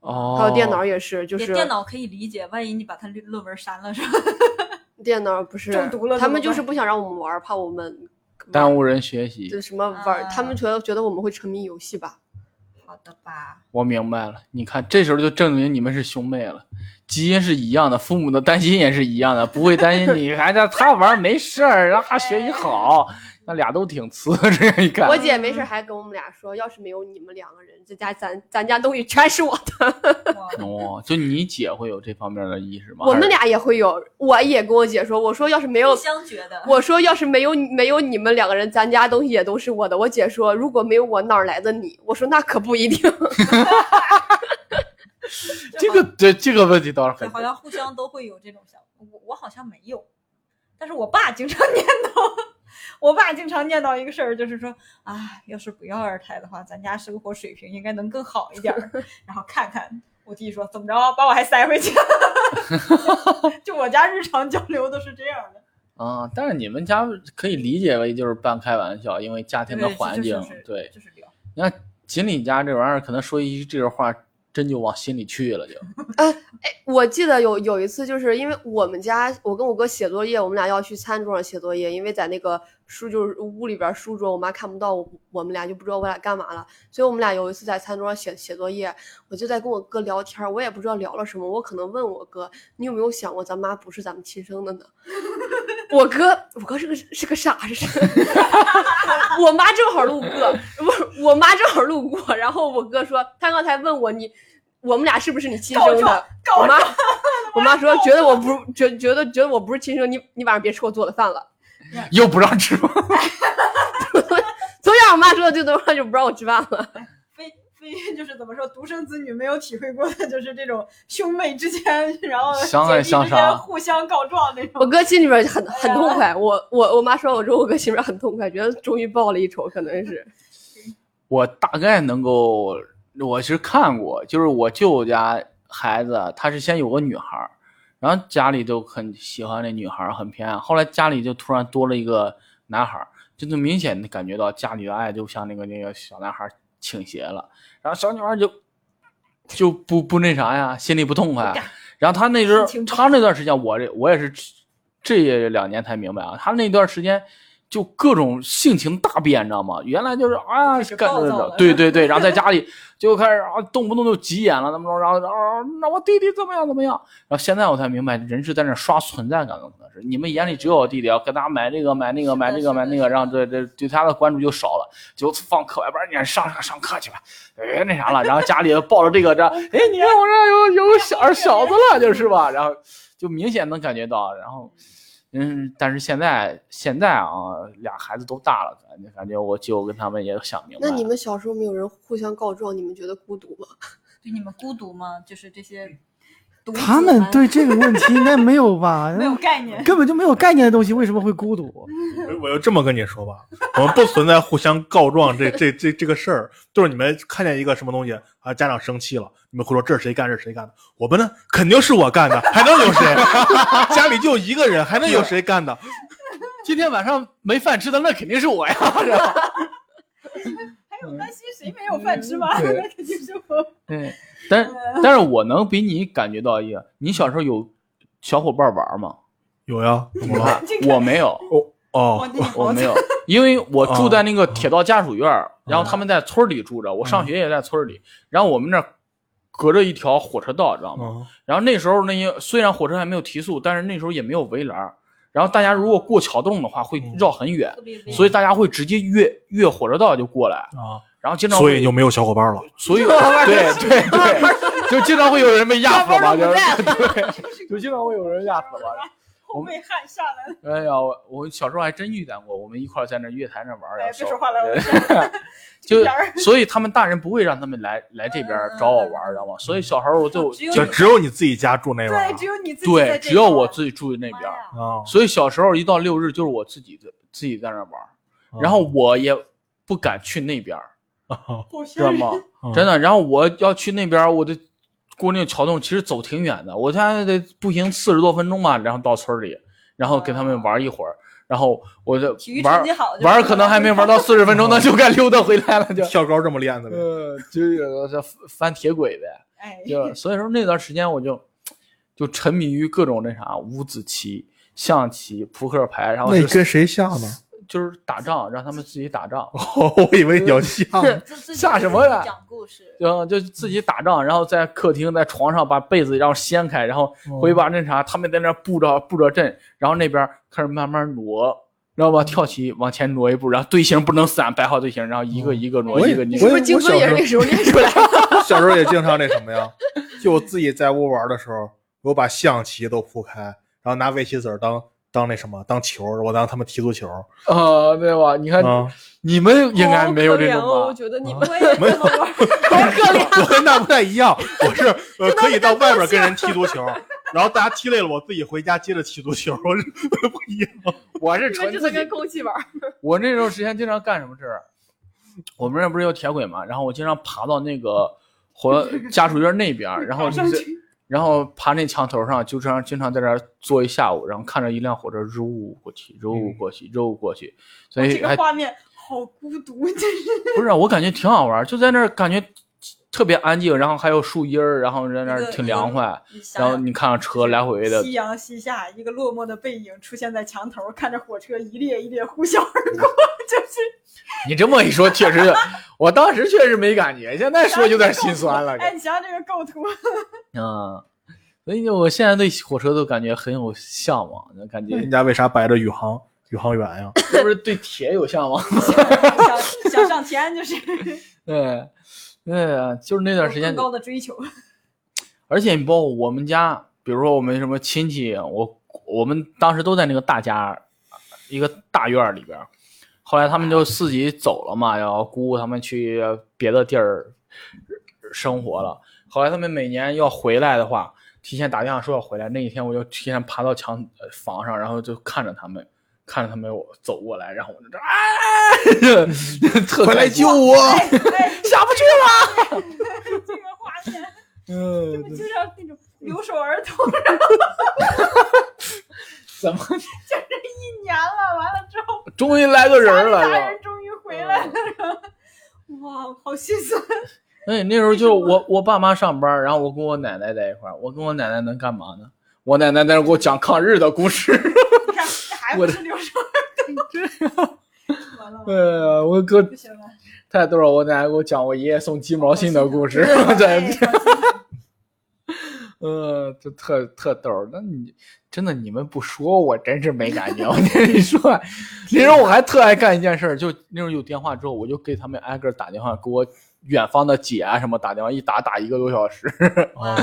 A: 哦，
E: 还有电脑也是，就是
D: 电脑可以理解，万一你把他论文删了是吧？
E: 电脑不是
D: 中毒了
E: 他
D: 怎么
E: 们就
D: 办
E: 是不想让我们玩，怕我
D: 嗯
E: 们
A: 耽误人学习
E: 就。什么玩，
D: 啊
E: 他们觉得觉得我们会沉迷游戏吧。
D: 好的吧， [laughs]
A: 我明白了，你看这时候就证明你们是兄妹了，基因是一样的，父母的担心也是一样的，不会担心你
E: [laughs]
A: 孩子他玩儿没事儿，让他学习好，那俩都挺次。这样一
D: 啊
A: 看
E: 我，姐没
D: 嗯
E: 事还跟我们俩说，要是没有你们两个人，这家咱咱家东西 [laughs] 全是我的。
D: 哇
A: 哦，就你姐会有这方面的意识吗？
E: 我们
A: 还
E: 俩也会有，我也跟我姐说，我说要是没有
D: 互，相觉得，
E: 我说要是没有没有你们两个人，咱家东西也都是我的。我姐说，如果没有我哪儿来的你？我说那可不一定。
A: 是这个这这个问题倒是
D: 对，
A: 很
D: 好像互相都会有这种想法。我我好像没有，但是我爸经常念叨，我爸经常念叨一个事儿，就是说啊，要是不要二胎的话，咱家生活水平应该能更好一点儿。然后看看我弟说怎么着，把我还塞回去。 [laughs] 就我家日常交流都是这样的。
A: 啊，但是你们家可以理解为就是半开玩笑，因为家庭的环境
D: 对，
A: 对。
D: 就是聊。
A: 你看锦鲤家这玩意儿，可能说一句这个话，真就往心里去了就， [laughs]
E: 我记得有有一次，就是因为我们家，我跟我哥写作业，我们俩要去餐桌上写作业，因为在那个书就是屋里边儿书桌，我妈看不到我，我们俩就不知道我俩干嘛了。所以我们俩有一次在餐桌上写写作业，我就在跟我哥聊天儿，我也不知道聊了什么，我可能问我哥，你有没有想过咱妈不是咱们亲生的呢？ [laughs] 我哥，我哥是个是个傻 [laughs] 子，我妈正好路过，不是我妈正好路过，然后我哥说，他刚才问我你，我们俩是不是你亲
D: 告
E: 生
D: 状
E: 的？
D: 告
E: 我 [laughs] 妈，我妈说觉得我不是觉觉得觉得我不是亲生，你你晚上别吃我做的饭了。
A: 又不让吃饭。
E: 从小我妈说的这东西就不让我吃饭了。
D: 非非就是怎么说，独生子女没有体会过的，就是这种兄妹之间，然后
A: 相爱
D: 姐弟
A: 相
D: 之间
A: 杀
D: 互相告状那
E: 我
D: 种。
E: 哥心里边很很痛快，我我我妈说我之后，我哥心里边很痛快，觉得终于报了一仇，可能是
A: 我大概能够，我是看过，就是我舅家孩子，啊他是先有个女孩儿，然后家里都很喜欢那女孩儿，很偏爱，后来家里就突然多了一个男孩儿，就能明显的感觉到家里的爱就向那个那个小男孩儿倾斜了，然后小女孩就就不不那啥呀，心里不痛快。啊然后他那时候
D: 心情，不好
A: 他那段时间，我这我也是这也两年才明白啊，他那段时间就各种性情大变，你知道吗？原来就是啊
D: 嗯就，是
A: 干
D: 暴
A: 这
D: 躁
A: 个
D: 了，
A: 对对对，然后在家里就开始啊，动不动就急眼了，怎么着，然后然后啊那我弟弟怎么样怎么样，然后现在我才明白，人是在那刷存在感的，可能是你们眼里只有我弟弟，要给大家买这个买那个买这
D: 是的
A: 个买那
D: 是
A: 个，
D: 的
A: 然后对对对他的关注就少了，就放课外班，你上上上课去吧，哎那啥了，然后家里抱着这个这，哎你看我这有有个小
D: 哎
A: 小子了，就是吧，然后就明显能感觉到，然后。嗯，但是现在现在啊，俩孩子都大了，感觉感觉我舅跟他们也想明白
E: 那
A: 了。
E: 你们小时候没有人互相告状，你们觉得孤独吗？
D: 对你们孤独吗？就是这
A: 嗯
D: 些独子
C: 他们对这个问题应该没有吧？
D: 嗯 [laughs] 没有概
A: 嗯
D: 念。
C: 根本就没有概念的东西，为什么会孤独？
B: 我我就这么跟你说吧，我们不存在互相告状这这这这个事儿，就是你们看见一个什么东西啊，家长生气了，你们会说这是谁干，这是谁干的？我们呢，肯定是我干的，还能有谁？ [laughs] 家里就一个人，还能有谁干的？
A: 今天晚上没饭吃的那肯定是 [laughs] 我呀，是吧？
D: 还有担心谁没有饭吃吗？
A: 对哦
D: 那 [laughs] 肯定是我。
A: 对，但是但是我能比你感觉到一个，你小时候有小伙伴玩吗？
B: 有呀，怎么了？
D: 这
A: 我
D: 个
A: 没有，
D: 我
B: 哦，
D: 这个
A: 我
D: 好
E: [laughs]
A: 没有，因为我住在那个铁道家属院儿，然后他们在村儿里住着，我上学也在村儿里，然后我们那儿隔着一条火车道，知道吗？
B: 嗯，
A: 然后那时候那些虽然火车还没有提速，但是那时候也没有围栏儿，然后大家如果过桥洞的话会绕很远，
D: 特别
A: 所以大家会直接越越火车道就过来，
B: 啊，
A: 然后经常
B: 所以
A: 会
B: 你就没有小伙伴了。
A: 所以对 [laughs] 对对，就经常会有人被压死吧，就是对，就经常会有人压死吧。
D: 后背汗下来了。
A: 哎呀，我我小时候还真遇见过，我们一块儿在那月台那玩儿，
D: 哎
A: 然后
D: 别
A: 手
D: 说话了
A: [laughs]
D: 我
A: 就
D: 这边儿
A: 所以他们大人不会让他们来来这边儿找我玩儿，知道吗？所以小时候我就
D: 哦只有
B: 就只有你自己家住那边
D: 对，
B: 啊
D: 只有你自己在
A: 对，
D: 这
A: 只有
D: 块
A: 我
D: 儿
A: 自己住那边儿，嗯
D: 妈呀
B: 啊，
A: 所以小时候一到六日就是我自己的自己在那玩儿，然后我也不敢去那边儿，
D: 好
A: 知道
D: 吓人
A: 吗？ [laughs]
B: 嗯
A: 真的，然后我要去那边儿，我得过那个桥洞，其实走挺远的，我现在得步行四十多分钟吧，然后到村儿里，然后跟他们玩一会儿，然后我就
D: 体育
A: 玩
D: 成绩好就
A: 玩，
D: 是
A: 可能还没玩到四十分钟，那就该溜达回来了，就
B: 跳高这么练的呗。
A: 呃，嗯就是这翻铁轨呗，
D: 哎， [laughs]
A: 就所以说那段时间我就就沉迷于各种那啥五子棋、象棋、扑克牌，然后
B: 那你
A: 就是
B: 跟谁下呢？
A: 就是打仗，让他们自己打仗，
B: 哦， [laughs] 我以为你要下。
D: 自自己
A: 吓什么呀
D: 讲故事，
A: 嗯， [laughs] 就自己打仗，然后在客厅在床上把被子然后掀开，然后
B: 哦
A: 回把那啥，他们在那布着布着阵，然后那边开始慢慢挪，知道吧？跳起往前挪一步，然后队形不能散，摆好队形，然后一个一个挪，
B: 哦我也
A: 一个一
E: 你是
A: 个。
E: 不
B: 我
E: 是京
B: 小
E: 昆也
B: 时
E: 是
B: 候
E: 那时候练出来的？
B: [laughs] 小时候也经常那什么呀，就我自己在屋玩的时候，我把象棋都铺开，然后拿围棋子儿当当那什么当球，我当他们踢足球
A: 啊，对吧？你看
B: 啊。
A: 你们应该没有这
E: 好可怜哦，
A: 种吧？
E: 我
A: 啊
E: 觉得你们
A: [laughs]
D: 我也
E: [laughs]
D: 这么玩儿。
E: 好可怜。
B: 我跟他不太一样，我是呃可以到外边跟人踢足球，然后大家踢累了，我自己回家接着踢足 [laughs] 球，我是不一样。
A: 我是
E: 你们
A: 纯
E: 真
A: 自
E: 的
A: 己
E: 跟空气玩儿，
A: 我那时候时间经常干什么事儿？我们那不是有铁轨嘛，然后我经常爬到那个
E: [laughs]
A: 火家属院那边儿，然后就
D: 上
A: 是，然后爬那墙头上，就这样经常在那儿坐一下午，然后看着一辆火车揉过去，揉过去，揉过去，所
D: 这
A: 以哎
D: 个
A: 还啊
D: 画面好孤独，真是
A: 不是我感觉挺好玩儿，就在那儿感觉特别安静，然后还有树荫儿，然后在那儿挺凉快。
D: 你想
A: 然后
D: 想
A: 你看车来回的，
D: 夕阳西下，一个落寞的背影出现在墙头，看着火车一列一列呼啸而过，就是
A: 你这么一说，确
D: [laughs]
A: 实，我当时确实没感觉，现在 [laughs] 说有点心酸了。
D: 哎，你想想这个
A: [laughs]
D: 构图，
A: 嗯，所以我现在对火车都感觉很有向往，感
D: [laughs]
A: 觉
B: 人家为啥摆着宇航宇航员呀？
A: 是不是对铁有向往？ [laughs]
D: 想想上天就是
A: 对，对啊，就是那段时
D: 有
A: 间
D: 更，高的追求。
A: 而且你包括我们家，比如说我们什么亲戚，我我们当时都在那个大家一个大院儿里边儿，后来他们就自己走了嘛，然后姑姑他们去别的地儿生活了。后来他们每年要回来的话，提前打电话说要回来，那一天我就提前爬到墙呃房上，然后就看着他们。看着他们我走过来，然后我就这啊， [laughs] 特
B: 快来
A: 开心
B: 救我！
D: 哎，哎
A: 下不去了。
D: 这个
A: [laughs]
D: 画面，
A: 嗯
D: 就像那种留守
A: [laughs]
D: 儿童，
A: 怎么
D: 一年了，完了之后
A: 终于来个人
D: 家
A: 儿
D: 里
A: 了？
D: 大
A: 又
D: 人终于回来了，哇，好心酸。
A: 哎，那时候就我我爸妈上班，然后我跟我奶奶在一块儿。我跟我奶奶能干嘛呢？我奶奶在那儿给我讲抗日的故事。 [laughs]
D: 你看，这还不是留守儿童，完了，
A: 呃，我哥
D: 不行了。
A: 太逗了，我奶奶给我讲我爷爷送鸡毛信的故事， [laughs] 在
D: 哎好心疼
A: 呃，就特特逗儿。那你真的你们不说，我真是没感觉。我 [laughs] 跟你说，那时候我还特爱干一件事儿，就那时候有电话之后，我就给他们挨个儿打电话，给我远方的姐啊什么打电话，一打打一个多小时。 [laughs]
D: 哇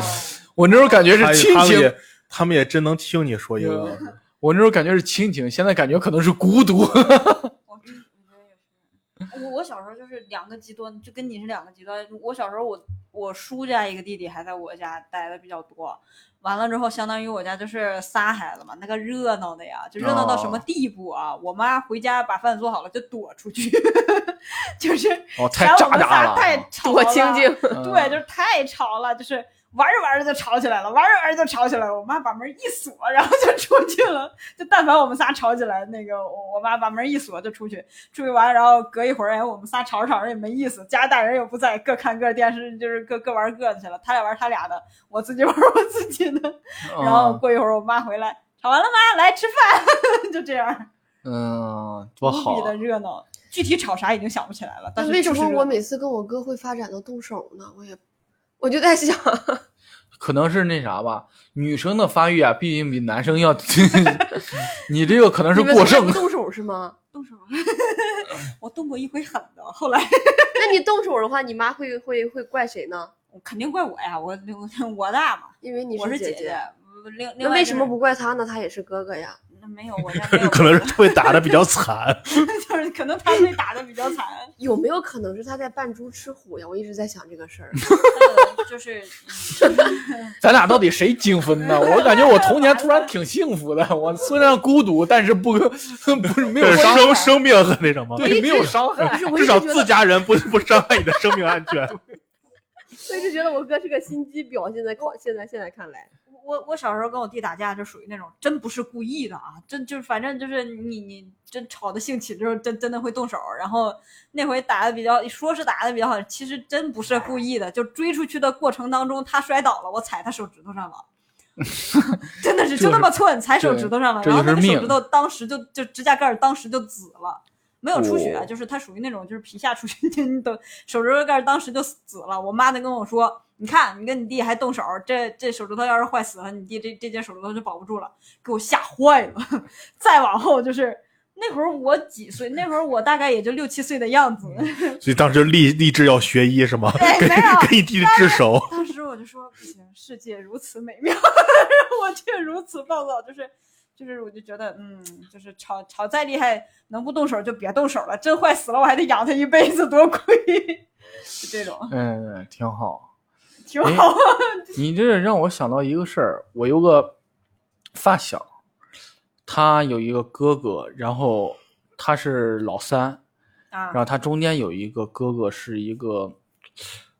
A: 我那时候感觉是
B: 他
A: 亲
B: 他们
A: 情，
B: 也他们也真能听你说一个
A: 嗯我那时候感觉是亲情，现在感觉可能是孤独。
D: 我真我觉得也是，我我小时候就是两个极端，就跟你是两个极端。我小时候我我叔家一个弟弟还在我家待的比较多，完了之后相当于我家就是仨孩子嘛，那个热闹的呀，就热闹到什么
A: 哦
D: 地步啊！我妈回家把饭做好了就躲出去， [laughs] 就是
A: 哦，太
D: 嫌我
A: 渣
D: 们
A: 渣
D: 仨
A: 了啊，
D: 太吵
E: 多
D: 了
E: 清静。
A: 嗯
D: 对，就是太吵了，就是玩着玩着就吵起来了，玩着玩着就吵起来了。我妈把门一锁，然后就出去了。就但凡我们仨吵起来，那个我我妈把门一锁就出去，出去完，然后隔一会儿，哎，我们仨吵着吵着也没意思，家大人又不在，各看各电视，就是各各玩各的去了。他俩玩他俩的，我自己玩我自己的。
A: 嗯
D: [laughs] 然后过一会儿，我妈回来，吵完了妈，来吃饭， [laughs] 就这样，
A: 嗯，多好
D: 无比
A: 啊
D: 的！热闹。具体吵啥已经想不起来了，但是
E: 那为什
D: 就是
E: 么
D: 热
E: 我
D: 闹
E: 每次跟我哥会发展到动手呢？我也，我就在想，
A: 可能是那啥吧，女生的发育啊，毕竟比男生要， [laughs] 你这个可能是
E: 你们
A: 过
E: 从来不
A: 剩。啊
E: 动手是吗？
D: 动手，我动过一回狠的，后来
E: [laughs] 那你动手的话，你妈会会会怪谁呢？
D: 我肯定怪我呀，我我 [laughs] 我大嘛，
E: 因为你
D: 我
E: 姐
D: 姐姐。嗯另另
E: 那
D: 外
E: 为
D: 就
E: 什么
D: 是
E: 不？怪他呢？他也是哥哥呀。
D: 那没有，我家没有
B: [laughs] 可能是被打的比较惨。
D: [laughs] 就是可能他被打的比较
B: [laughs]
D: 惨，
E: 有没有可能是他在扮猪吃虎呀？我一直在想这个事儿。
D: 呃就是
A: 咱俩到底谁精分呢？我感觉我童年突然挺幸福的，我虽然孤独，但是不 [laughs] 不是没有
B: 对
A: 伤
B: 生生命很那什么，
A: 对没有伤害
E: 不。是，我
B: [laughs]
E: 一
B: 至
E: 直
B: 少
E: 觉
B: 自
E: 得，
B: 家人不不伤害你的生命安全。
E: 我一直觉得我哥是个心机婊。现在看，现在现在看来，
D: 我我小时候跟我弟打架就属于那种真不是故意的啊，真就是反正就是你你真吵得兴起之后真真的会动手，然后那回打的比较说是打的比较好，其实真不是故意的，就追出去的过程当中他摔倒了，我踩他手指头
A: [laughs]
D: 上了。真的是就那么寸，踩手指头上了，
A: 这
D: 然后
A: 就是
D: 那个手指
A: 命
D: 头当时就就指甲盖儿当时就紫了，没有出血，
A: 哦
D: 就是它属于那种就是皮下出血， [laughs] 就你懂，手指头盖儿当时就紫了。我妈就跟我说：“你看，你跟你弟还动手，这这手指头要是坏死了，你弟这这件手指头就保不住了。”给我吓坏了。 [laughs] 再往后就是那会儿我几岁？那会儿我大概也就六七岁的样子。
B: [laughs]
D: [laughs]
B: 所以当时立立志要学医是吗？
D: 对
B: 给
D: 哎没有
B: 给你弟弟治
D: [laughs]
B: 手，
D: 当时我就说不行，世界如此美妙， [laughs] 我却如此暴躁，就是就是，我就觉得嗯，就是吵吵再厉害，能不动手就别动手了，真坏死了我还得养他一辈子，多亏。 [laughs] 就这种
A: 嗯，挺好。
D: 挺
A: 哎
D: 好，
A: 你这让我想到一个事儿，我有个发小，他有一个哥哥，然后他是老三，
D: 啊
A: 然后他中间有一个哥哥是一个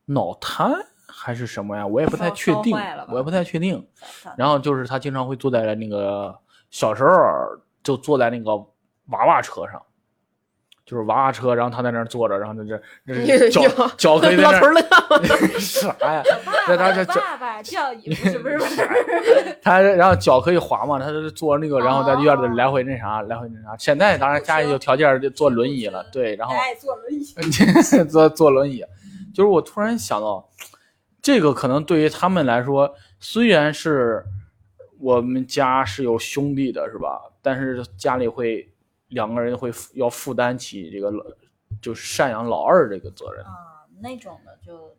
A: 脑瘫还是什么呀，我也不太
D: 烧
A: 确
D: 烧
A: 定
D: 坏了，吧
A: 我也不太确定。
D: 咋
A: 然后就是他经常会坐在那个小时候就坐在那个娃娃车上，就是娃娃车，然后他在那儿坐着，然后在这
E: 有
A: 这脚脚
E: [laughs]
A: 可以在
E: 老头
A: 那 [laughs]
E: 儿乐，
A: 儿啥呀？在他
D: 爸爸
A: 这
D: 的
A: 脚
D: 爸爸
A: [laughs]
D: 叫不是不是不是，
A: 他然后脚可以滑嘛，他就坐那个，然后在院里
D: 哦
A: 来回那啥，来回那啥。现在当然家里有条件就坐轮椅了，对， [laughs] 然后
D: 哎，坐轮椅，
A: [laughs] 坐坐轮椅，就是我突然想到，这个可能对于他们来说，虽然是我们家是有兄弟的，是吧？但是家里会两个人会负要负担起这个老，就是赡养老二这个责任。
D: 啊，那种的就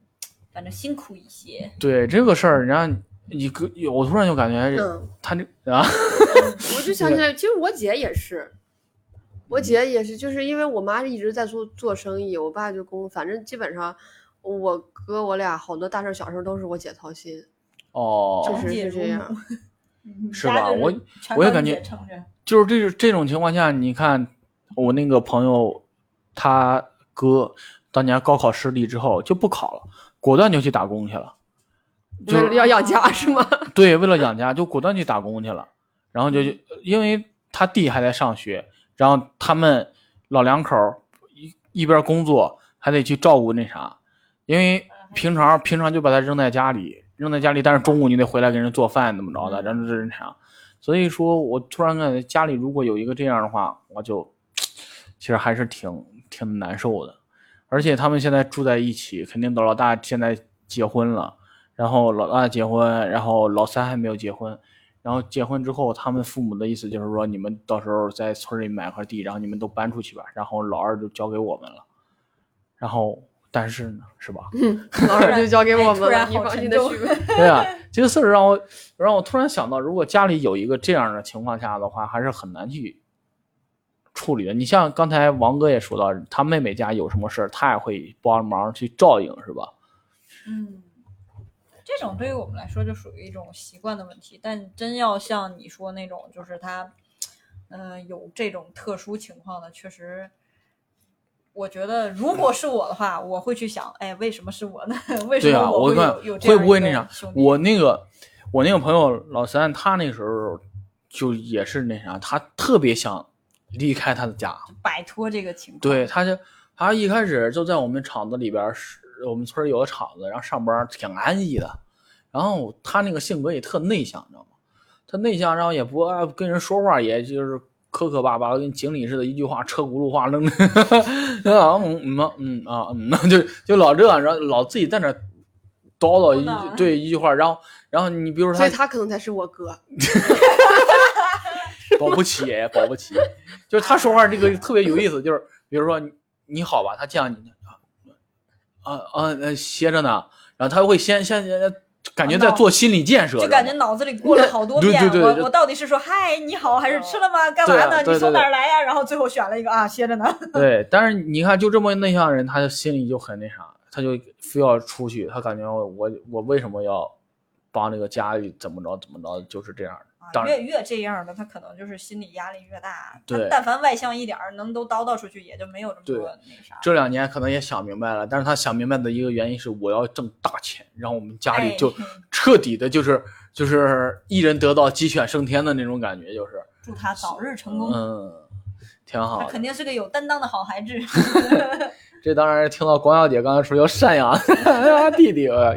D: 反正辛苦一些。
A: 对这个事儿，然后你个我突然就感觉
E: 嗯，
A: 他这啊， [laughs]
E: 我就想起来，其实我姐也是，我姐也是，就是因为我妈一直在做做生意，我爸就工，反正基本上我哥我俩好多大事儿小事儿都是我姐操心，
A: 哦，
E: 就是
D: 姐
E: 是
D: 如
E: 这样。
D: 嗯
A: 是
D: 家
A: 吧
D: 就是
A: 我
D: 全
A: 我也
D: 靠
A: 感
D: 你
A: 觉
D: 撑着
A: 就是这这种情况下，你看我那个朋友，他哥当年高考失利之后就不考了，果断就去打工去了。就
E: 为了要养家是吗？
A: [laughs] 对，为了养家就果断去打工去了。然后就就因为他弟还在上学，然后他们老两口儿一一边工作还得去照顾那啥，因为平常平常就把他扔在家里，扔在家里，但是中午你得回来给人做饭怎么着的，然后这是那啥。所以说我突然感觉家里如果有一个这样的话，我就其实还是挺挺难受的。而且他们现在住在一起，肯定老大现在结婚了，然后老大结婚，然后老三还没有结婚，然后结婚之后，他们父母的意思就是说，你们到时候在村里买块地，然后你们都搬出去吧，然后老二就交给我们了。然后，但是呢，是吧？ [laughs]
E: [laughs] 老二就交给我
D: 哎
E: 们
D: 突然
E: 了，
D: 好
E: 你放心
D: 沉
E: 的
D: 重
E: 去吧。
A: 对啊，这个事儿让我让我突然想到，如果家里有一个这样的情况下的话，还是很难去处理的。你像刚才王哥也说到，他妹妹家有什么事儿，他也会帮忙去照应，是吧？
D: 嗯，这种对于我们来说就属于一种习惯的问题，但真要像你说那种，就是他，呃，有这种特殊情况的，确实，我觉得如果是我的话，我会去想，哎，为什么是我呢？ [laughs] 为什
A: 对啊，
D: 么
A: 我
D: 会
A: 看
D: 有有这
A: 会
D: 样
A: 不会
D: 一
A: 那
D: 个
A: 啥？
D: 兄弟
A: 我那个我那个朋友老三，他那时候就也是那啥，他特别想离开他的家，
D: 摆脱这个情况，
A: 对，他就他一开始就在我们厂子里边儿是，我们村儿有个厂子，然后上班儿挺安逸的。然后他那个性格也特内向，你知道吗？他内向，然后也不爱跟人说话，也就是磕磕巴巴，跟锦鲤似的，一句话车轱辘话扔 [laughs] 着，啊嗯嗯啊嗯啊嗯， [laughs] 就就老这样，然后老自己在那儿叨叨一
D: 叨叨
A: 句对一句话，然后然后你比如说
E: [laughs] 所
A: 他
E: 以他可能才是我哥。
A: [laughs] 保不齐，哎保不齐。就是他说话这个特别有意思，就是比如说你你好吧，他见你啊啊呃歇着呢，然后他会先先先感觉在做心理建设，
D: 啊就感觉脑子里过了好多
A: 啊对
D: 遍，
A: 对对就
D: 我我到底是说嗨你好，还是吃了吗？干嘛
A: 对啊
D: 呢？
A: 对
D: 你从
A: 对
D: 哪儿来呀、然后最后选了一个啊，歇着呢。 [laughs]
A: 对。但是你看，就这么内向的人，他心里就很那啥，他就非要出去，他感觉我我为什么要帮这个家里怎么着怎么着，就是这样的。
D: 啊
A: 当然
D: 越越这样的，他可能就是心理压力越大。他
A: 对
D: 但凡外向一点儿，能都叨叨出去，也就没有这么多那啥。
A: 这两年可能也想明白了，但是他想明白的一个原因是我要挣大钱，然后我们家里
D: 哎
A: 就彻底的就是就是一人得道鸡犬升天的那种感觉，就是
D: 祝他早日成功。
A: 嗯，挺
D: 他
A: 好的
D: 肯。定是个有担当的好孩
E: [laughs]
D: 子。
A: 这当然是听到光耀姐刚才说要赡养 [laughs] 哎呀弟弟，呃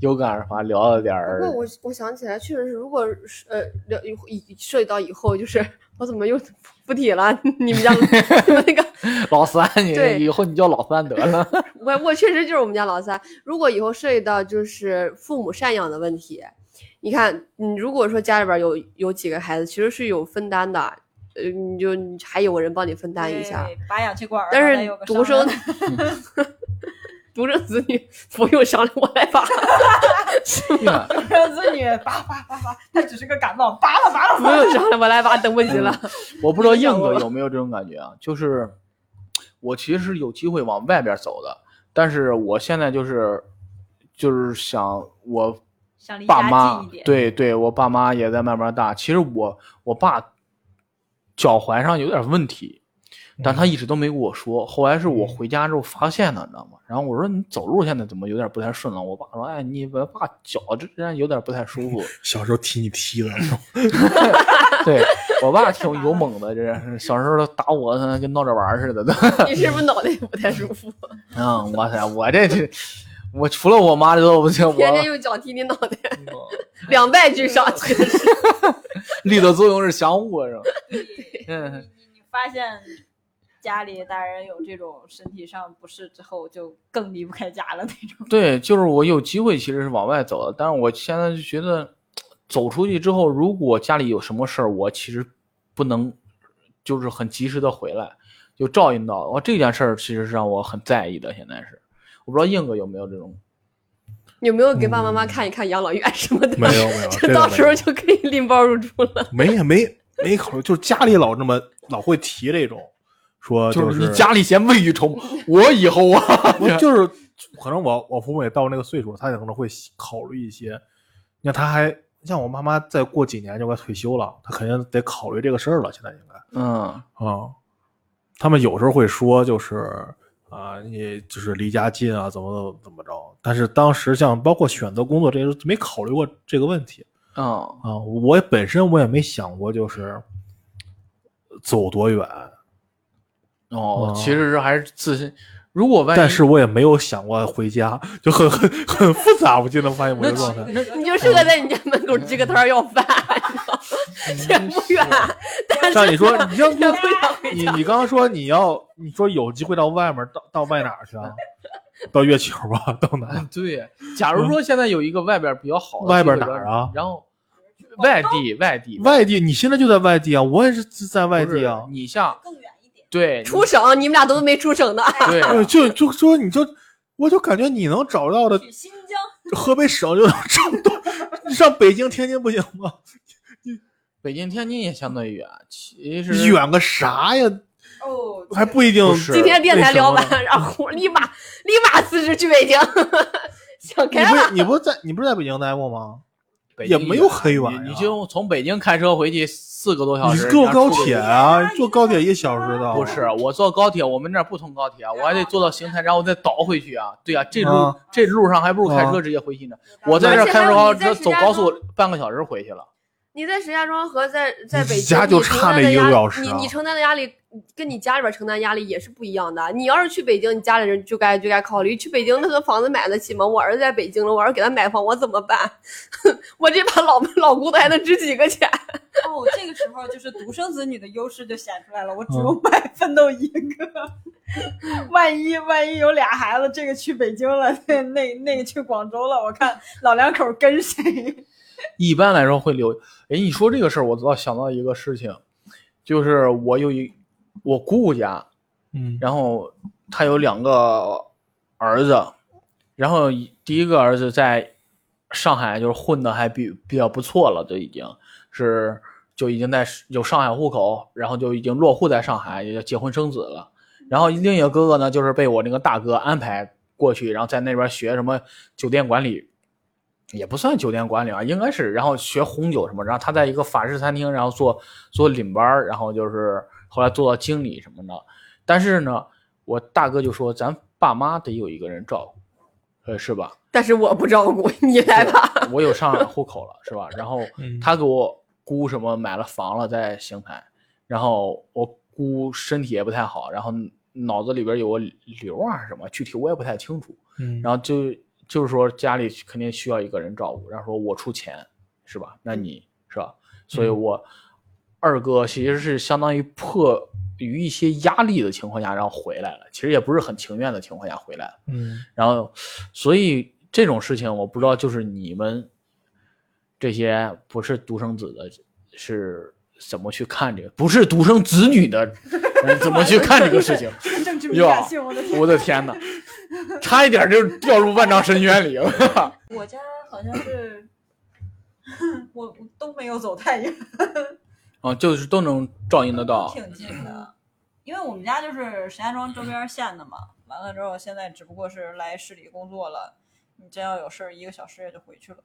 A: 有感而发，聊了点
E: 不
A: 儿
E: 过。我我想起来，确实是，如果是呃了以以涉及到以后，就是我怎么又附体了？ [laughs] 你们家你 [laughs] 们那个
A: 老三，你
E: 对
A: 以后你叫老三得
E: [laughs]
A: 了。
E: 我我确实就是我们家老三。如果以后涉及到就是父母赡养的问题，你看，你如果说家里边儿有有几个孩子，其实是有分担的，呃，你就你还有个人帮你分担一下。
D: 对，拔氧气管儿，
E: 但
D: 还
E: 是
D: 有个商
E: 独生
D: 量
E: [laughs] 独生子女不用商量，我来吧。 [laughs] 啊
D: 独 [laughs] 生子女，拔拔拔拔，他只是个感冒，拔了拔了。
A: [laughs]
E: 不用商量，我来吧，等不及 [laughs] 了。
A: 我不知道硬哥有没有这种感觉啊，就是我其实是有机会往外边走的，但是我现在就是就是想我
D: 想离
A: 爸
D: 家
A: 妈
D: 近一点。，
A: 对对，我爸妈也在慢慢大。其实我我爸脚踝上有点问题，但他一直都没跟我说。后来是我回家之后发现的，你知道吗？然后我说你走路现在怎么有点不太顺了？我爸说，哎，你我爸脚这这有点不太舒服。
B: 小时候踢你踢的，
A: [laughs] 对，我爸挺勇猛的，这是小时候打我跟闹着玩儿似的。
E: 你是不是脑袋也不太舒服？
A: 啊、嗯，哇塞，我这这，我除了我妈之后，我这
E: 天天
A: 我
E: 用脚踢你脑袋， [laughs] 两败俱 [laughs] 伤，真是。
A: 力的作用是相互啊
E: [laughs]
A: 的，是吧？嗯，
D: 你你你发现家里大人有这种身体上不适之后，就更离不开家了那种。
A: 对，就是我有机会其实是往外走的，但是我现在就觉得，走出去之后，如果家里有什么事儿，我其实不能就是很及时的回来，就照应到。我这件事儿其实是让我很在意的，现在是，我不知道硬哥有没有这种。
E: 有没有给爸爸妈妈看一看养老院什么的？
B: 没有
E: [laughs]
B: 没有这
E: 就
B: 个
E: 到
B: 没
E: 时候
B: 有
E: 就可以拎包入住
D: [laughs]
E: 了。
B: 没也没没考虑，就是家里老这么老会提这种，说
A: 啊就是你家里嫌未雨绸缪，我以后 [laughs] 啊，
B: 我就是可能我我父母也到那个岁数，他也可能会考虑一些。你看他还像我妈妈，再过几年就该退休了，他肯定得考虑这个事儿了。现在应该
A: 嗯，
B: 啊、他们有时候会说就是啊，你就是离家近啊，怎么怎么着。但是当时像包括选择工作这些，没考虑过这个问题。
A: 嗯，
B: 啊，我本身我也没想过就是走多远，
A: 哦
B: 哦，
A: 其实是还是自身。如果万一，
B: 但是我也没有想过回家，就很很很复杂。我现在发现我
A: 那
B: 的状态，
E: 你就适合在你家门口支个摊儿要饭， [laughs] 也不远，但
B: 像
E: 是
B: 你说，你要
E: 也不想回
B: 你
E: 家。
B: 你刚刚说你要，你说有机会到外面，到到外哪儿去啊？到月球吧，到哪儿？
A: 对，假如说现在有一个外边比较好的，
B: 外边哪儿啊
A: 然后外地，外地，
B: 外地，你现在就在外地啊，我也是在外地啊
A: 不是。你像
D: 更远一点，
A: 对
E: 出省，你们俩都没出省呢。
A: 对
B: 哎 [laughs] 就就说你就，我就感觉你能找到的
D: 去新疆，
B: 河北省就能找到，你上北京、天津不行吗？
A: 北京、天津也相对远，其实
B: 远个啥呀？
D: 哦，
B: 还不一定
A: 不。是
E: 今天电台聊
B: 为什么
E: 完，然后立马 [laughs] 立马辞职去北京， [laughs] 啊想
B: 你
E: 开了。
B: 不你不在你不是在北京待过吗？
A: 北
B: 也
A: 京
B: 没有很远呀
A: 你你就从北京开车回去四个多小
B: 你
A: 时，
B: 坐
A: 然后
B: 高
A: 出去
B: 铁啊，你坐高铁一小时的。
A: 不是，我坐高铁，我们这儿不通高铁，我还得坐到邢台，然后再倒回去啊。对呀、这路、
B: 啊
A: 这路上还不如开车
B: 啊
A: 直接回去呢。
D: 有道
A: 我在
D: 理
A: 这儿开着高
E: 现
A: 车
E: 在你在石
A: 走
E: 家
A: 高速
E: 庄
A: 半个小时回去了。
E: 你在石家庄和在在北
B: 你
E: 京，
B: 家
E: 你
B: 就
E: 承
B: 差
E: 担
B: 那
E: 的
B: 一个
E: 压
B: 小时
E: 你
B: 啊
E: 你承担的压力跟你家里边承担压力也是不一样的。你要是去北京，你家里人就该就该考虑去北京，那个房子买得起吗？我儿子在北京了，我要是给他买房，我怎么办？ [laughs] 我这把老老骨头还能值几个钱？
D: 哦，这个时候就是独生子女的优势就显出来了。我只有买奋斗一个，万一万一有俩孩子，这个去北京了，那那那个去广州了，我看老两口跟谁？
A: 一般来说会留。哎，你说这个事儿，我倒想到一个事情，就是我有一我姑姑家，
B: 嗯，
A: 然后他有两个儿子，然后一第一个儿子在上海就是混的还比比较不错了，就已经是就已经在有上海户口，然后就已经落户在上海，也结婚生子了。然后另一个哥哥呢，就是被我那个大哥安排过去，然后在那边学什么酒店管理，也不算酒店管理啊，应该是，然后学红酒什么，然后他在一个法式餐厅，然后做做领班儿，然后就是后来做到经理什么的。但是呢，我大哥就说咱爸妈得有一个人照顾，呃，是吧？
E: 但是我不照顾，你来吧。
A: 我有上海户口了，是吧？然后
B: 嗯
A: 他给我姑什么买了房了，在邢台，然后我姑身体也不太好，然后脑子里边有个瘤啊还是什么，具体我也不太清楚。
B: 嗯
A: 然后就就是说家里肯定需要一个人照顾，然后说我出钱，是吧？那你是吧？所以
B: 嗯
A: 我二哥其实是相当于迫于一些压力的情况下，然后回来了，其实也不是很情愿的情况下回来了。
B: 嗯，
A: 然后，所以这种事情我不知道，就是你们这些不是独生子的，是怎么去看这个？不是独生子女的，人怎么去看这个事情？
D: [laughs] 这个政治敏
A: 哟
D: 感性，我的天！
A: 我的天哪，差一点就掉入万丈深渊里了。
D: [laughs]
A: [laughs]
D: 我家好像 [laughs] 是，我我都没有走太远，
A: 啊，就是都能照应得到。
D: 挺近的。因为我们家就是石家庄周边县的嘛，完了之后现在只不过是来市里工作了，你真要有事儿，一个小时也就回去了。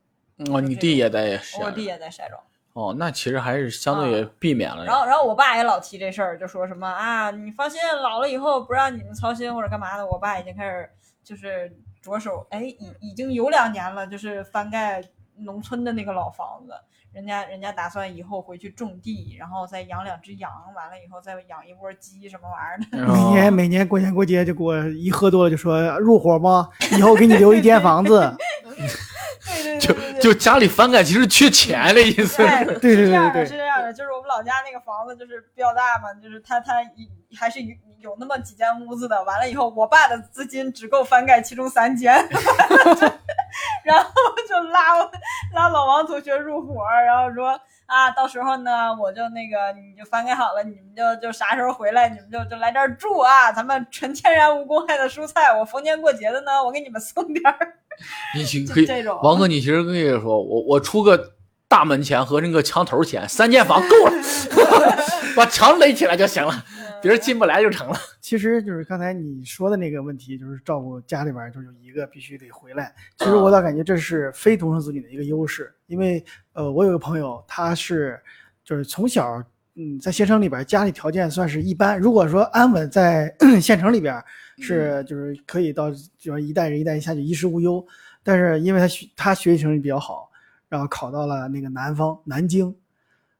A: 哦，你弟也在石家
D: 我
A: 庄
D: 弟也在石家庄。
A: 哦，那其实还是相对也避免了。
D: 然后，然后我爸也老提这事儿，就说什么啊，你放心，老了以后不让你们操心或者干嘛的。我爸已经开始就是着手，哎，已已经有两年了，就是翻盖
F: 农村的那个老房子，人家人家打算以后回去种地，然后再养两只羊，完了以后再养一窝鸡什么玩意儿的。 [laughs]
C: 每
A: 哦
C: 年每年过年过节就给我一喝多了就说入伙吗？以后给你留一间房
D: [laughs]
C: 子。
F: 对对
A: 就
F: 对对对。
A: 就家里反感其实缺钱的意思。
F: 哎
C: 对对
F: 是
C: 对
F: 这样
C: 对
F: 的，是这样的，就是我们老家那个房子就是比较大嘛，就是他他一还是有有那么几间屋子的。完了以后，我爸的资金只够翻盖其中三间， [laughs] 然后就拉我拉老王同学入伙，然后说啊，到时候呢，我就那个你就翻盖好了，你们就就啥时候回来，你们就就来这儿住啊，咱们纯天然无公害的蔬菜，我逢年过节的呢，我给你们送点儿，
A: 你其实可
F: 就
A: 以，
F: 这种。
A: 王哥，你其实可以说，我我出个大门钱和那个墙头钱，三间房够了， [laughs] 把墙垒起来就行了，
F: 嗯
A: 别人进不来就成了。
C: 其实就是刚才你说的那个问题，就是照顾家里边儿就是有一个必须得回来。其实我倒感觉这是非独生子女的一个优势，因为呃，我有个朋友，他是就是从小嗯在县城里边儿家里条件算是一般，如果说安稳在 [clears throat] 县城里边儿是就是可以到就是一代人一代人下去衣食无忧，但是因为他学他学习成绩比较好，然后考到了那个南方南京，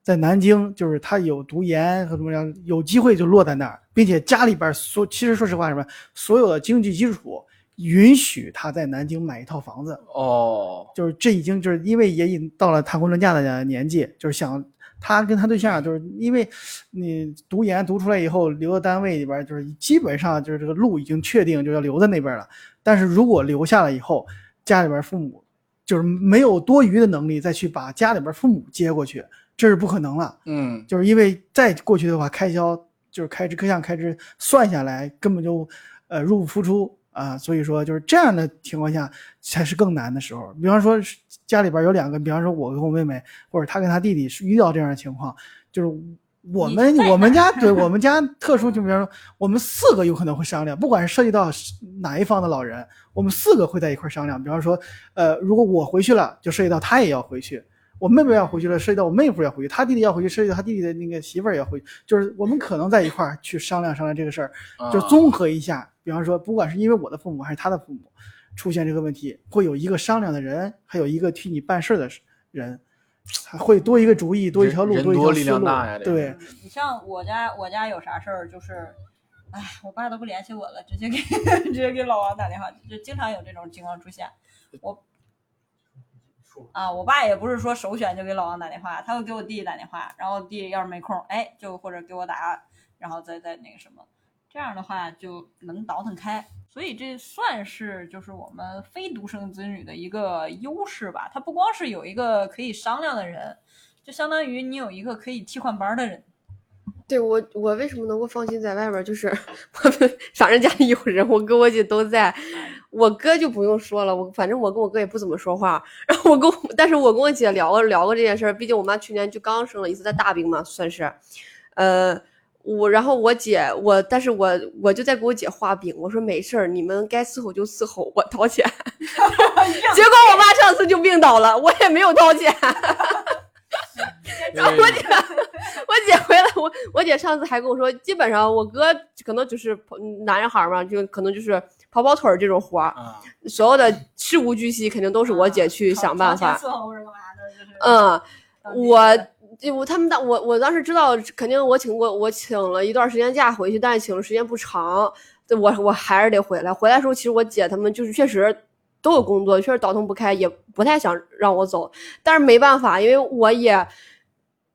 C: 在南京就是他有读研和怎么样，有机会就落在那儿，并且家里边儿所其实说实话什么，所有的经济基础允许他在南京买一套房子，
A: 哦，
C: 就是这已经就是因为也已经到了谈婚论嫁的年纪，就是想他跟他对象啊就是因为你读研读出来以后留到单位里边儿，就是基本上就是这个路已经确定就要留在那边儿了。但是如果留下了以后，家里边儿父母就是没有多余的能力再去把家里边儿父母接过去，这是不可能了。
A: 嗯，
C: 就是因为再过去的话，开销就是开支各项开支算下来根本就呃入不敷出啊，所以说就是这样的情况下才是更难的时候。比方说是家里边有两个，比方说我跟我妹妹或者他跟他弟弟是遇到这样的情况，就是。我
D: 你
C: 们
D: 在
C: 我
D: [laughs]
C: 们家对我们家特殊，就比方说我们四个有可能会商量，不管是涉及到是哪一方的老人，我们四个会在一块儿商量。比方说，呃，如果我回去了，就涉及到他也要回去；我妹妹要回去了，涉及到我妹夫要回去；他弟弟要回去，涉及到他弟弟的那个媳妇儿也要回去。就是我们可能在一块儿去商量商量这个事儿，就
A: 啊
C: 综合一下。比方说，不管是因为我的父母还是他的父母出现这个问题，会有一个商量的人，还有一个替你办事儿的人，还会多一个主意，多一条路，
A: 人
C: 多一
A: 多
C: 条
A: 力
C: 思
A: 量
C: 路
A: 大呀这个
C: 对，
D: 嗯你像我家，我家有啥事儿就是，哎，我爸都不联系我了，直接给 [laughs] 直接给老王打电话，就经常有这种情况出现。我啊，我爸也不是说首选就给老王打电话，他会给我弟弟打电话，然后我弟要是没空，哎，就或者给我打，然后再再那个什么，这样的话就能倒腾开。所以这算是就是我们非独生子女的一个优势吧。他不光是有一个可以商量的人，就相当于你有一个可以替换班儿的人。
E: 对我，我为什么能够放心在外边儿？就是 [laughs] 我们反正家里有人，我哥我姐都在，我哥就不用说了，我反正我跟我哥也不怎么说话。 [laughs] 然后我跟我，但是我跟我姐聊过聊过这件事儿，毕竟我妈去年就刚生了一次，在大病嘛，算是，呃。我然后我姐我，但是我我就在给我姐画饼，我说没事儿，你们该伺候就伺候，我掏钱。 [laughs] 结果我妈上次就病倒了，我也没有掏钱。
A: 哎
E: 我姐，我姐回来，我我姐上次还跟我说，基本上我哥可能就是跑男孩嘛，就可能就是跑跑腿儿这种活儿，
A: 啊
E: 所有的事无巨细肯定都是我姐
D: 啊
E: 去想办法。
F: 朝前伺候或者干嘛的，就是
E: 嗯，
F: 当地
E: 我
F: 人
E: 就我他们当我我当时知道，肯定我请过我请了一段时间假回去，但是请的时间不长，对我我还是得回来。回来的时候，其实我姐他们就是确实都有工作，确实倒腾不开，也不太想让我走，但是没办法，因为我也。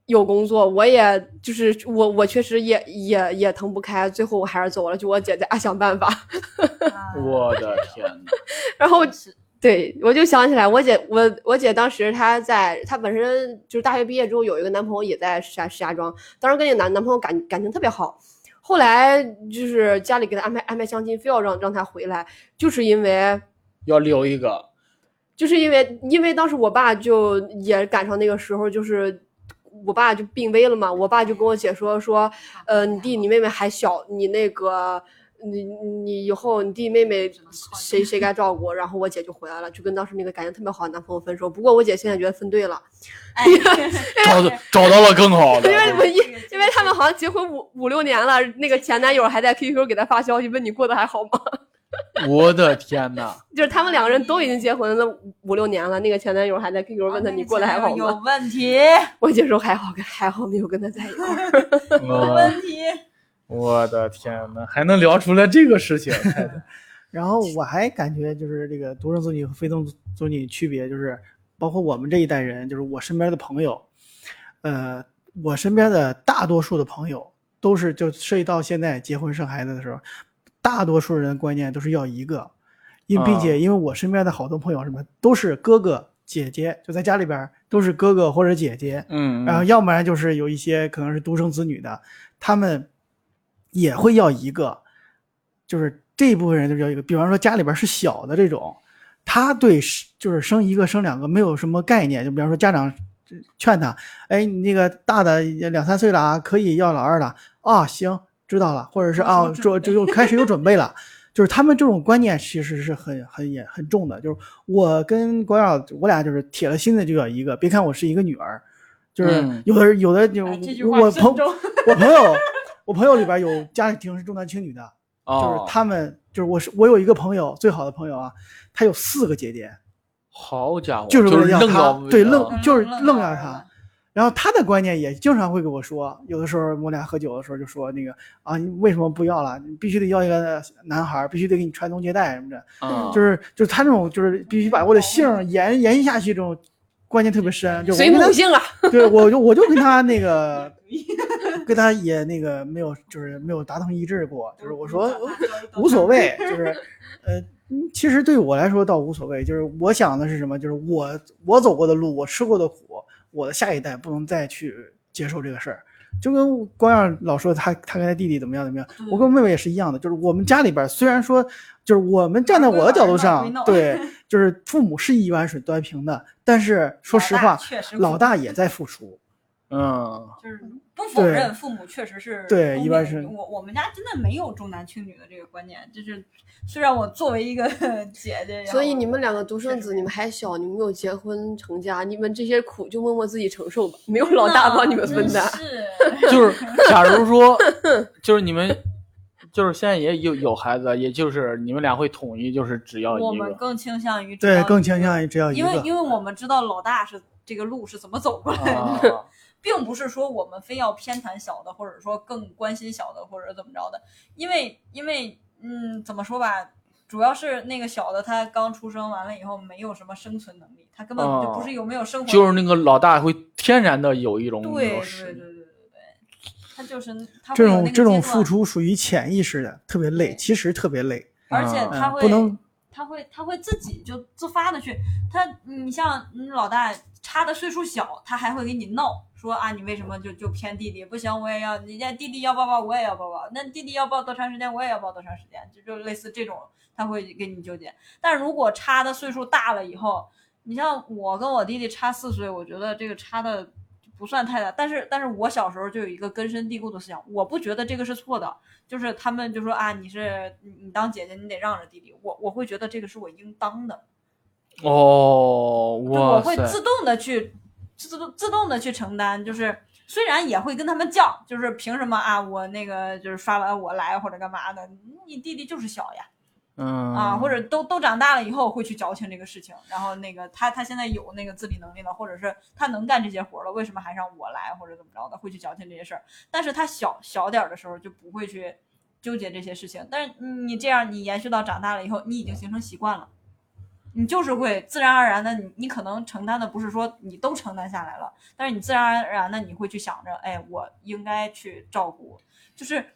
E: 有工作，我也就是我，我确实也也也腾不开，最后我还是走了，就我姐在家想办法。 [laughs]
F: 啊
A: 我的天哪！
D: 啊
E: 然后对，我就想起来，我姐，我我姐当时她在，她本身就是大学毕业之后有一个男朋友也在石家石家庄，当时跟那个男男朋友感感情特别好，后来就是家里给她安排安排相亲，非要让让她回来，就是因为
A: 要留一个，
E: 就是因为因为当时我爸就也赶上那个时候，就是我爸就病危了嘛，我爸就跟我姐说说，呃，你弟你妹妹还小，你那个你你以后你弟妹妹谁谁该照顾，然后我姐就回来了，就跟当时那个感情特别好的男朋友分手。不过我姐现在觉得分对了， [laughs]
D: 哎，
A: 找到找到了更好的
E: 因。
D: [laughs]
E: 为
D: 对
E: 我因
D: 这个
E: 因为他们好像结婚五五六年了，那个前男友还在 QQ 给她发消息问你过得还好吗？ [laughs]
A: 我的天哪！
E: 就是他们两个人都已经结婚了五六年了，那个前男友还在
D: 哦
E: QQ 问他、你过得还好
D: 有
E: 吗？
D: 问题，
E: [laughs]
C: 呃
E: 我姐说还好，还好没有跟他在一块儿。
D: 有
A: 我
D: 问题。
A: 我的天哪，还能聊出来这个事情？
C: 然后我还感觉就是这个独生子女和非独生子女区别，就是包括我们这一代人，就是我身边的朋友，呃，我身边的大多数的朋友都是就涉及到现在结婚生孩子的时候，大多数人的观念都是要一个，因并且因为我身边的好多朋友什么都是哥哥姐姐，就在家里边儿都是哥哥或者姐姐，
A: 嗯，
C: 然后呃要不然就是有一些可能是独生子女的，他们也会要一个，就是这一部分人就是要一个。比方说家里边是小的这种，他对是就是生一个生两个没有什么概念，就比方说家长劝他，哎，你那个大的也两三岁了啊，可以要老二了啊，行，知道了，或者是
D: 有所
C: 啊，
D: 准
C: 就
D: 备
C: 就就开始有准
D: [laughs]
C: 备了。就是他们这种观念其实是很很也很重的，就是我跟国耀，我俩就是铁了心的就要一个。别看我是一个女儿，就是
A: 嗯
C: 有的有的就
D: 哎这句话
C: 我
D: 慎
C: 朋
D: 重
C: 我朋
D: [laughs]
C: 友我朋友里边有家庭是重男轻女的，就是
A: 哦，
C: 他们就是我是我有一个朋友最好的朋友啊，他有四个姐姐，
A: 好家伙，
C: 就是为了
A: 是
C: 要
A: 愣
C: 他
A: 要
C: 对
A: 要
C: 愣就是
D: 愣着
C: 愣让
D: 玩
C: 他
D: 儿。
C: 然后他的观念也经常会跟我说，有的时候我俩喝酒的时候就说那个啊，你为什么不要了？你必须得要一个男孩儿，必须得给你传宗接代什么的。
E: 哦
A: 嗯
C: 就是就是他这种就是必须把我的姓儿延延续下去这种观念特别深，就是
E: 随
C: 我
E: 母
C: 跟
E: 姓啊，
C: 他对我就我就
E: [laughs]
C: 跟他那个跟他也那个没有就是没有达成一致过，就是
E: [laughs]
C: 我说
D: 嗯都是长大
C: 无所谓，就是呃，嗯其实对我来说倒无所谓，就是我想的是什么，就是我我走过的路，我吃过的苦，我的下一代不能再去接受这个事儿。就跟光耀老说他他跟他弟弟怎么样怎么样，我跟我妹妹也是一样的，就是我们家里边儿虽然说就是我们站在我的角度
D: 玩归
C: 上
D: 闹，
C: 对，
D: [laughs]
C: 就是父母是一碗水端平的，但是说实
D: 老大
C: 话
D: 确实，
C: 老大也在付出，
A: 嗯，
D: 就是不否认父母确实是
C: 对
D: 功利
C: 一般是
D: 我我们家真的没有重男轻女的这个观念，就是虽然我作为一个 [laughs] 姐姐，
E: 所以你们两个独
D: 确
E: 生
D: 实
E: 子，你们还小，你们没有结婚成家，你们这些苦就默默自己承受吧，没有老大帮你们分担。
D: 嗯是
A: 就是假如 [laughs] 说，就是你们，就是现在也有有孩子，也就是你们俩会统一，就是只要
D: 我
A: 一
D: 们
A: 个。
D: 更倾向于
C: 对，更倾向于只要
D: 于
C: 一
D: 因为因
C: 个，
D: 为我们知道老大是这个路是怎么走过来的，
A: 啊，
D: [laughs] 并不是说我们非要偏袒小的，或者说更关心小的，或者怎么着的，因为因为嗯，怎么说吧，主要是那个小的他刚出生完了以后没有什么生存能力，他根本就不是有没有生活能力，
A: 哦就是那个老大会天然的有一种
D: 对
A: 那
D: 对
A: 种
D: 对对对对对，他就是他会
C: 这
D: 有那
C: 种
D: 个
C: 这
D: 阶
C: 种
D: 段
C: 付，出属于潜意识的，特别累，
D: 对
C: 其实特别累，
D: 而且
A: 嗯
D: 他
C: 嗯，
D: 会、
C: 不能
D: 他会他会自己就自发的去，他你像你老大差的岁数小，他还会给你闹，说啊你为什么就就偏弟弟？不行，我也要，人家弟弟要抱抱，我也要抱抱，那弟弟要抱多长时间，我也要抱多长时间，就就类似这种，他会跟你纠结。但如果差的岁数大了以后，你像我跟我弟弟差四岁，我觉得这个差的不算太大，但是但是我小时候就有一个根深蒂固的思想，我不觉得这个是错的，就是他们就说啊，你是你你当姐姐，你得让着弟弟，我我会觉得这个是我应当的，
A: 哦，
D: 就我
A: 哇
D: 会
A: 塞，
D: 自动的去自动自动的去承担，就是虽然也会跟他们犟，就是凭什么啊，我那个就是刷完我来或者干嘛的，你弟弟就是小呀，
A: 嗯
D: 啊，或者都都长大了以后会去矫情这个事情，然后那个他他现在有那个自理能力了，或者是他能干这些活了，为什么还让我来或者怎么着的，会去矫情这些事儿。但是他小小点儿的时候就不会去纠结这些事情，但是你这样你延续到长大了以后，你已经形成习惯了。你就是会自然而然的，你你可能承担的不是说你都承担下来了，但是你自然而然的你会去想着，哎，我应该去照顾，就是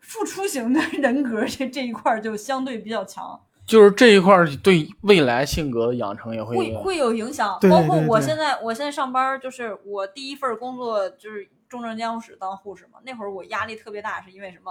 D: 付出型的人格这这一块儿就相对比较强。
A: 就是这一块儿对未来性格的养成也会有
D: 会会有影响，
C: 对
D: 包
C: 对
D: 括
C: 对
D: 我
C: 对
D: 现在我现在上班儿，就是我第一份儿工作就是重症监护室当护士嘛，那会儿我压力特别大，是因为什么？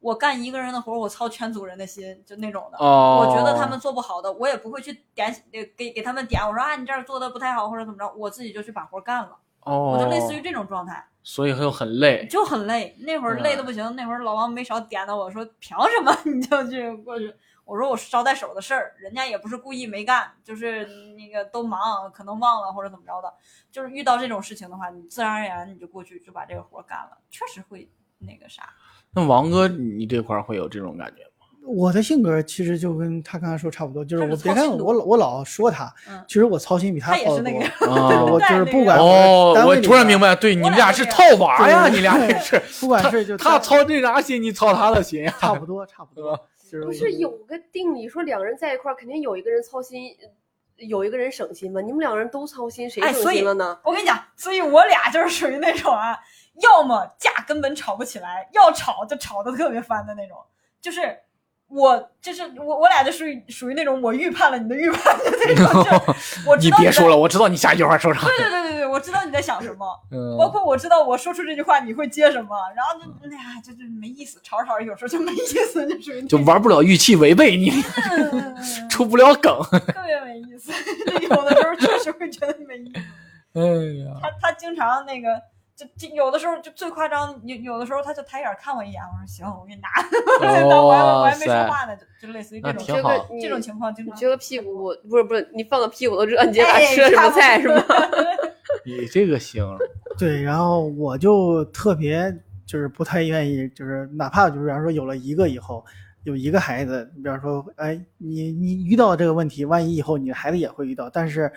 D: 我干一个人的活儿，我操全组人的心，就那种的。
A: 哦，
D: 我觉得他们做不好的，我也不会去点呃给给他们点，我说啊你这儿做的不太好或者怎么着，我自己就去把活儿干了，
A: 哦，
D: 我就类似于，这种状态，
A: 所以就很累。
D: 就很累。那会儿累的不行，那会儿老王没少点到我说凭什么你就去过去？我说我捎带手的事儿，人家也不是故意没干，就是那个都忙，可能忘了或者怎么着的。就是遇到这种事情的话，你自然而然你就过去就把这个活儿干了，确实会那个啥。
A: 那王哥，你这块儿会有这种感觉吗？
C: 我的性格其实就跟他刚才说差不多，就是
D: 他是
C: 我别
D: 操
C: 看
D: 心的
C: 我老我老说他
D: 嗯，
C: 其实我操心比他
D: 他也
C: 好
D: 是
C: 得
D: 那个。
C: 多
D: [laughs]
C: 就是
A: 啊
C: 我
D: 对
C: 就是不管
A: 哦，我突然明
C: 白，
A: 白，对你们俩是套娃呀，你俩也是，
C: 不管是就
A: 他
C: 单
A: 操这啥心，你操他的心呀。
C: 差不多差不多，就是
E: 不是有个定理说两人在一块儿，肯定有一个人操心，有一个人省心吧？你们两个人都操心，谁
D: 哎
E: 省
D: 所以
E: 心了呢？
D: 我跟你讲，所以我俩就是属于那种啊，要么架根本吵不起来，要吵就吵得特别翻的那种。就是我，就是我，我俩就属于属于那种我预判了你的预判的那种。就是我知
A: 你
D: 道
A: 别
D: 在
A: 说了，我知道你下一句话说啥。
D: 对对对对对，我知道你在想什么，
A: 嗯
D: 包括我知道我说出这句话你会接什么，然后就哎呀，就就没意思，吵着吵着有时候就没意思，就属于那
A: 就
D: 种
A: 玩不了预期违背，你
D: 嗯嗯嗯
A: 出不了
D: [laughs]
A: 梗。
D: 特别没意思， [laughs] 有的时候确实会觉得没意思。
A: 哎呀，
D: 他他经常那个，就就有的时候就最夸张，有有的时候他就抬眼看我一眼，我说行，我给你拿， [laughs] 但我还我还没说话呢，就就类似于这
A: 哦
D: 种
A: 那挺
E: 这
A: 好
E: 个
D: 这种情况经
E: 你
D: 常。
E: 撅个屁股，我不是不是，你放个屁股都热，你今天晚
D: 哎
E: 上吃了什
D: 差
E: 么
D: 不多
E: 菜
D: [laughs]
E: 是吗？
A: 你这个行，
C: 对，然后我就特别就是不太愿意，就是哪怕就是比方说有了一个以后，有一个孩子，比方说，哎，你你遇到这个问题，万一以后你的孩子也会遇到，但是，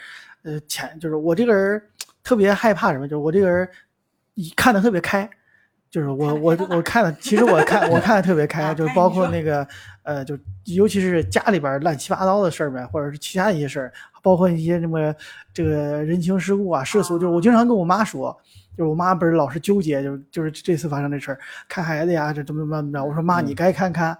C: 呃，前就是我这个人儿特别害怕什么，就是我这个人儿一看得特别开。就是我我我看的，其实我看我看的特别
D: 啊
C: 开，就是
D: 开
C: 包
D: 你
C: 括
D: 说
C: 那个呃，就尤其是家里边儿乱七八糟的事儿呗，或者是其他一些事儿，包括一些什么这个人情世故啊、世俗，就是我经常跟我妈说，就是我妈不是老是纠结，就是就是这次发生这事儿，看孩子呀，这怎么怎么怎么着。我说妈，
A: 嗯
C: 你该看看，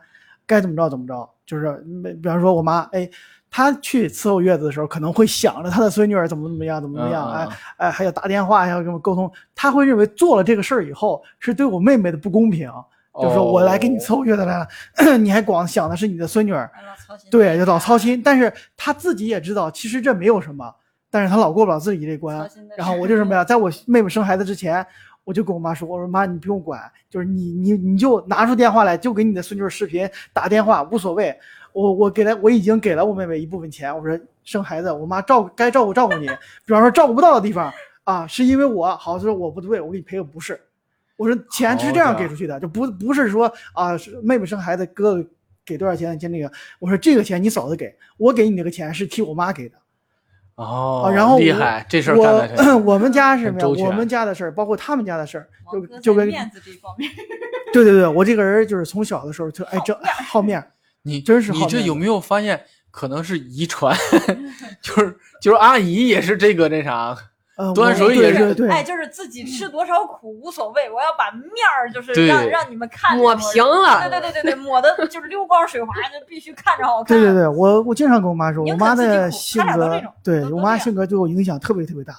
C: 该怎么着怎么着。就是没比方说我妈，哎，她去伺候月子的时候，可能会想着她的孙女儿怎么怎么样，怎么怎么样，
A: 嗯
C: 哎
A: 嗯
C: 哎，还要打电话，还要跟我沟通。她会认为做了这个事儿以后，是对我妹妹的不公平，就
A: 哦
C: 说我来给你伺候月子来了， [clears throat] 你还光想的是你的孙女儿，
D: 哎老操心
C: 对，就老操心。但是她自己也知道，其实这没有什么，但是她老过不了自己这关。
D: 操心的事
C: 然后我就什么呀，在我妹妹生孩子之前，我就跟我妈说，我说妈，你不用管，就是你你你就拿出电话来，就给你的孙女儿视频打电话，无所谓。我我给了我已经给了我妹妹一部分钱，我说生孩子，我妈照顾该照顾照顾你，比方说照顾不到的地方啊，是因为我好，就是我不对，我给你赔个不是。我说钱是这样给出去的，就不不是说啊，是妹妹生孩子，哥哥给多少钱，先那个。我说这个钱你嫂子给我给你那个钱是替我妈给的。
A: 哦
C: 啊，然后
A: 厉
C: 我
A: 害，这事儿干的
C: [clears throat]
A: 挺
C: 我我们家是什么呀？
A: 很周全
C: 我们家的事儿，包括他们家的事儿，
D: 毛
C: 就
D: 哥
C: 就
D: 在
C: 跟
D: 面子这方面，
C: 对对对，我这个人就是从小的时候就爱争好面儿，
A: 你
C: 真是好
A: 你这
C: 面子
A: 有没有发现可能是遗
D: [laughs]
A: 传？就是就是阿姨也是这个那啥，
C: 呃，
A: 端
C: 我
A: 水
C: 对
A: 也是
C: 对对，
D: 哎，就是自己吃多少苦无所谓，我要把面儿就是
A: 对
D: 让让你们看着
E: 抹
D: 我
E: 平
D: 对
E: 了
D: 对对对对，抹的就是溜光水滑，就必须看着好看。
C: 对对对，我我经常跟我妈说，
D: 宁
C: 我
D: 可
C: 妈
D: 自己
C: 的
D: 苦
C: 性
D: 他俩都这
C: 格
D: 种，
C: 对
D: 都
C: 我
D: 都
C: 妈
D: 这样
C: 性格对我影响特别特别大。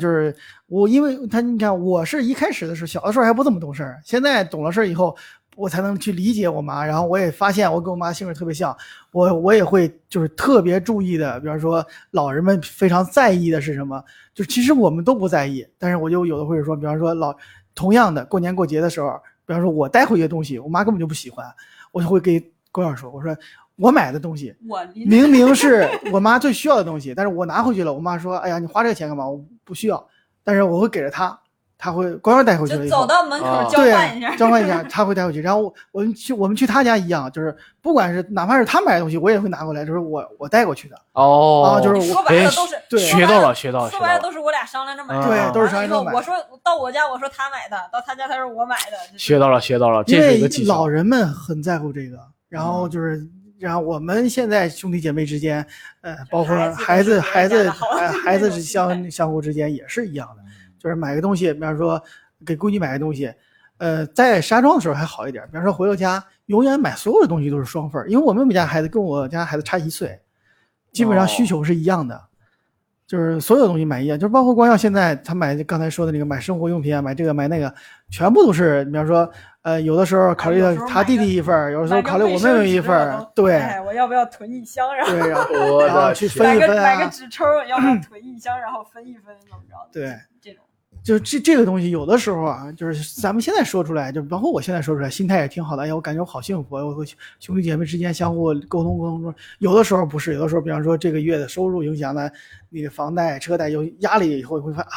C: 就是我，因为她，你看，我是一开始的时候，小的时候还不怎么懂事儿，现在懂了事儿以后，我才能去理解我妈。然后我也发现我跟我妈性格特别像，我我也会就是特别注意的，比方说老人们非常在意的是什么，就其实我们都不在意，但是我就有的会说，比方说老同样的过年过节的时候，比方说我带回去的东西，我妈根本就不喜欢，我就会给郭老师说，我说我买的东西
D: 我 [laughs] 离
C: 明明是我妈最需要的东西，但是我拿回去了，我妈说，哎呀，你花这个钱干嘛？我不需要，但是我会给着她，她会乖乖带回去了
D: 就
C: 以
D: 走
C: 后。
D: 到门
A: 啊
D: 口交
C: 对，
D: 换一下，
C: 交换一下，她会带回去。然后我我们去我们去她家一样，就是不管是哪怕是她买的东西，我也会拿过来，就是我我带过去的。
A: 哦，
C: 啊就是我
D: 说白了
A: 哎
D: 都是
C: 对
A: 学到了，学到了，学到
D: 说白了
A: 了，
D: 都是我俩商量着买的，
A: 对
D: 完了
A: 都
C: 是商量着
D: 以后
C: 买
D: 我说到我家，我说他买的，到他家他说我买的，就是
A: 学到了，学到了，
C: 因
A: 这是
C: 为
A: 一个技巧
C: 老。人们很在乎这个，然后就是，然后我们现在兄弟姐妹之间，呃，包括孩
D: 孩
C: 子、
D: 子
C: 孩
D: 之间
C: 子、
D: 的好 [laughs]
C: 孩孩子
D: 这种心
C: 之相相互之间也是一样的，
A: 嗯
C: 就是买个东西，比方说给闺女买个东西，呃，在石家庄的时候还好一点，比方说回到家，永远买所有的东西都是双份儿，因为我妹妹家孩子跟我家孩子差一岁，基本上
D: 哦
C: 需求是一样的。就是所有东西买一样，就是包括光耀现在他买刚才说的那个买生活用品啊，买这个买那个，全部都是，比方说，呃，有的时候考虑
D: 有时候
C: 他弟弟一份儿，有的时候考虑我妹妹一
D: 买个
C: 份
D: 卫生纸我
C: 儿
D: 都，
C: 对
D: 哎，我要不要囤一箱，然后
C: 对，啊然后
A: 我
C: 然后
A: 的
C: 去
A: 天
D: 买
C: 分一
D: 个
C: 分
D: 买个
C: 啊，
D: 纸抽，要不要囤一箱，然后分一分，怎么着？
C: 对，
D: 这种
C: 就这这个东西，有的时候啊，就是咱们现在说出来，就包括我现在说出来，心态也挺好的。哎呀，我感觉我好幸福啊，我和兄弟姐妹之间相互沟通沟通中，有的时候不是，有的时候，比方说这个月的收入影响了你的房啊贷、车贷有压力以后，你会发现啊，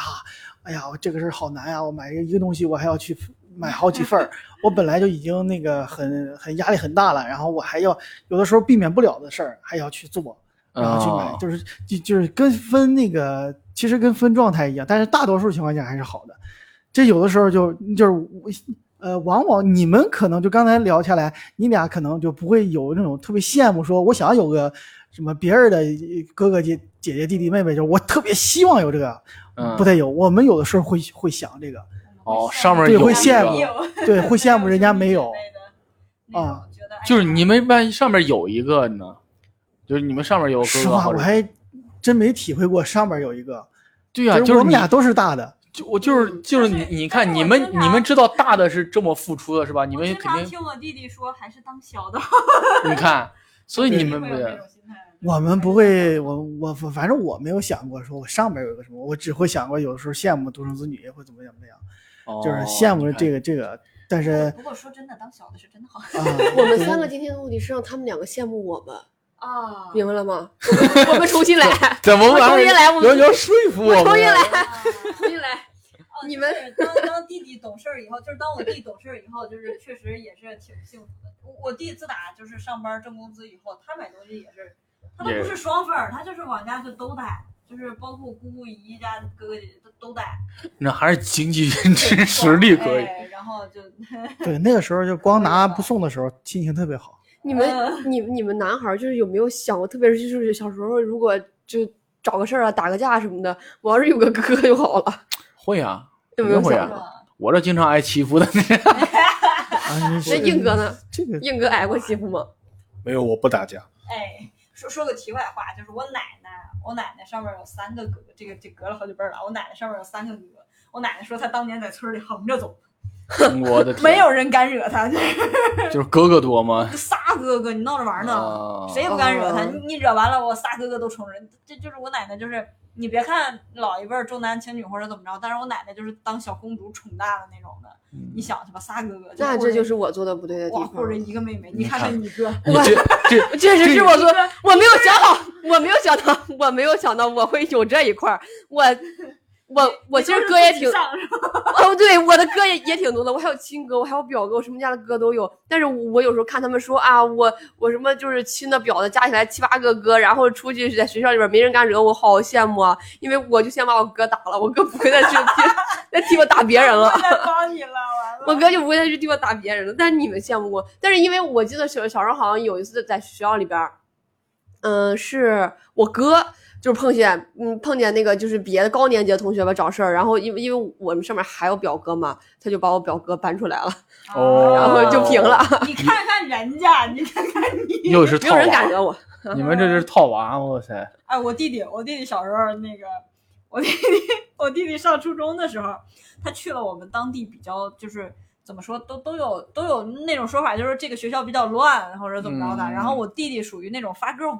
C: 哎呀，我这个事儿好难呀、我买一个东西，我还要去买好几份儿，我本来就已经那个很很压力很大了，然后我还要有的时候避免不了的事儿还要去做，然后去买，
A: 哦
C: 就是就就是跟分那个，其实跟分状态一样，但是大多数情况下还是好的。这有的时候就就是我呃，往往你们可能就刚才聊下来，你俩可能就不会有那种特别羡慕，说我想有个什么别人的哥哥姐姐姐弟弟妹妹，就是我特别希望有这个，
A: 嗯
C: 不太有。我们有的时候会会想这个，
A: 哦上面
C: 对
A: 有
C: 会
A: 一
C: 羡
A: 个
D: [laughs]
C: 慕对，会羡慕人家没有。啊，
D: 觉得哎呀
A: 就是你们万一上面有一个呢，就是你们上面有个哥
C: 实
A: 哥
C: 话，
A: 或
C: 我
A: 者
C: 还真没体会过上面有一个，
A: 对呀、
C: 就
A: 就是
C: 我们
A: 你
C: 俩都是大的，
A: 就我就是就是你
D: 但是
A: 你
D: 但
A: 看
D: 是
A: 你
D: 我
A: 们
D: 经常
A: 你们知道大的是这么付出的是吧？你
D: 我
A: 们
D: 经
A: 肯
D: 常
A: 定
D: 听我弟弟说，还是当小的，
A: 你看，所以你们
D: 会
A: 不
D: 有这
A: 对
D: 种心态。
C: 我们不会，我我反正我没有想过说我上边有个什么，我只会想过有的时候羡慕独生子女或怎么怎么样，
A: 哦
C: 就是羡慕这
A: 个
C: 个这个，但是啊，
D: 不过说真的，当小的是真的好
E: 我们三个今天的目的是让他们两个羡慕我们，
D: 啊 [laughs]
E: 明白了吗？ [laughs] 我们我们重新 [laughs] 来，
A: 怎么
E: 我
A: 玩
E: 终
A: 意
E: 于
A: 儿？
E: 来，我
A: 要
E: 们
A: 要说服我
E: 我终于
A: 们
E: 来，
D: 啊
E: 重新来。你们
D: 就是当当弟弟懂事儿以后，就是当我弟懂事儿以后，就是确实也是挺幸福的。我我弟自打就是上班挣工资以后，他买东西也是，他都
A: 也
D: 不是双份儿，他就是往家就都带，就是包括姑姑姨家哥哥姐姐都都带，
A: 那还是经济 [laughs] 实实力可以。
D: 哎然后就
C: 对那个时候就光拿不送的时候心情特别好，
E: 你们
D: 嗯
E: 你你们男孩儿就是有没有想过，特别是就是小时候如果就找个事儿啊，打个架什么的，我要是有个哥哥就好了，
A: 会啊，
E: 有没有
A: 肯定会
D: [laughs]
E: 想过？
A: 啊。我这经常挨欺负的，
C: 啊，你
E: 那
C: 是
E: 硬哥
A: [laughs]
E: 呢？
C: 这个
E: 硬哥挨过欺负吗？
B: 没有，我不打架。
D: 哎，说说个题外话，就是我奶奶，我奶奶上面有三个哥，这个这隔了好几辈儿了。我奶奶上面有三个哥，我奶奶说她当年在村里横着走，
A: 我的天
D: 没有人敢惹她，就是
A: 就是哥哥多吗？
D: 仨哥哥，你闹着玩儿呢。
A: 啊
D: 谁也不敢惹他。
E: 哦
D: 你你惹完了，我仨哥哥都冲着你。这就是我奶奶，就是你别看老一辈儿重男轻女或者怎么着，但是我奶奶就是当小公主宠大的那种的。
E: 嗯
D: 你想去吧，仨哥哥，
E: 那
D: 护着
E: 这就是我做的不对的地
D: 哇
E: 方。
D: 护着一个妹
E: 嗯
D: 妹，
A: 你
D: 你看
A: 看
D: 看你哥，
A: 你这这
E: 确实 [laughs] 是我做，我没有想好，我没有想到，我没有想到我会有这一块儿。我我我其实哥也挺
D: 你都是自己
E: [laughs]
D: 上是吧
E: 哦，对，我的哥也也挺多的，我还有亲哥，我还有表哥，我什么家的哥都有。但是我有时候看他们说啊，我我什么就是亲的表的加起来七八个哥，然后出去在学校里边没人敢惹我，好羡慕啊！因为我就先把我哥打了，我哥不会再去 [laughs] 替再替我打别人了
D: 我。再帮你了，完了。
E: 我哥就不会再去地方打别人了。但是你们羡慕我，但是因为我记得小小时候好像有一次在学校里边儿，嗯、是我哥。就是碰见，嗯，碰见那个就是别的高年级的同学吧找事儿，然后因为因为我们上面还有表哥嘛，他就把我表哥搬出来了，然
A: 哦
E: 后就平了，
D: 啊你看看人家，你看看你。
A: 又是
E: 没
A: 套
E: 有人敢
A: 娃，
E: 惹我。
A: 你们这是套娃，哇塞！
D: 哎，我弟弟，我弟弟小时候那个，我弟弟，我弟弟上初中的时候，他去了我们当地比较就是怎么说，都都有都有那种说法，就是这个学校比较乱或者怎么着的。
A: 嗯
D: 然后我弟弟属于那种发个晚，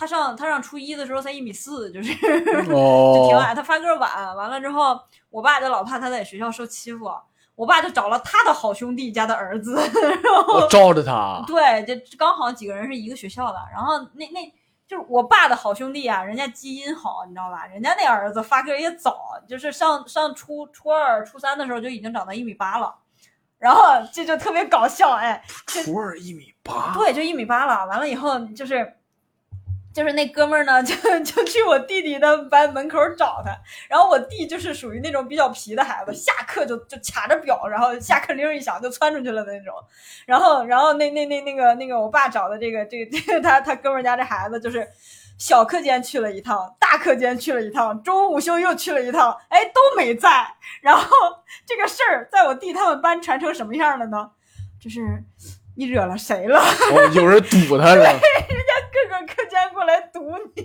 D: 他上他上初一的时候才一米四，就是。就挺
A: 哦，
D: 矮，他发个晚，完了之后，我爸就老怕他在学校受欺负，我爸就找了他的好兄弟家的儿子，然后
A: 我罩着他，
D: 对，这刚好几个人是一个学校的，然后那那就是我爸的好兄弟啊，人家基因好，你知道吧？人家那儿子发个也早，就是上上初初二、初三的时候就已经长到一米八了，然后这就特别搞笑，哎，
A: 初二一米八，
D: 对，就一米八了。完了以后就是，就是那哥们儿呢，就就去我弟弟的班门口找他。然后我弟就是属于那种比较皮的孩子，下课就就卡着表，然后下课铃儿一响就窜出去了的那种。然后，然后那那那那个那个我爸找的这个这个、这个、他他哥们儿家这孩子就是。小课间去了一趟，大课间去了一趟，中午午休又去了一趟，哎，都没在。然后这个事儿在我弟他们班传成什么样了呢？就是你惹了谁了？
A: 哦有人堵他是吧？
D: 各个课间过来堵
B: [laughs]
D: 你。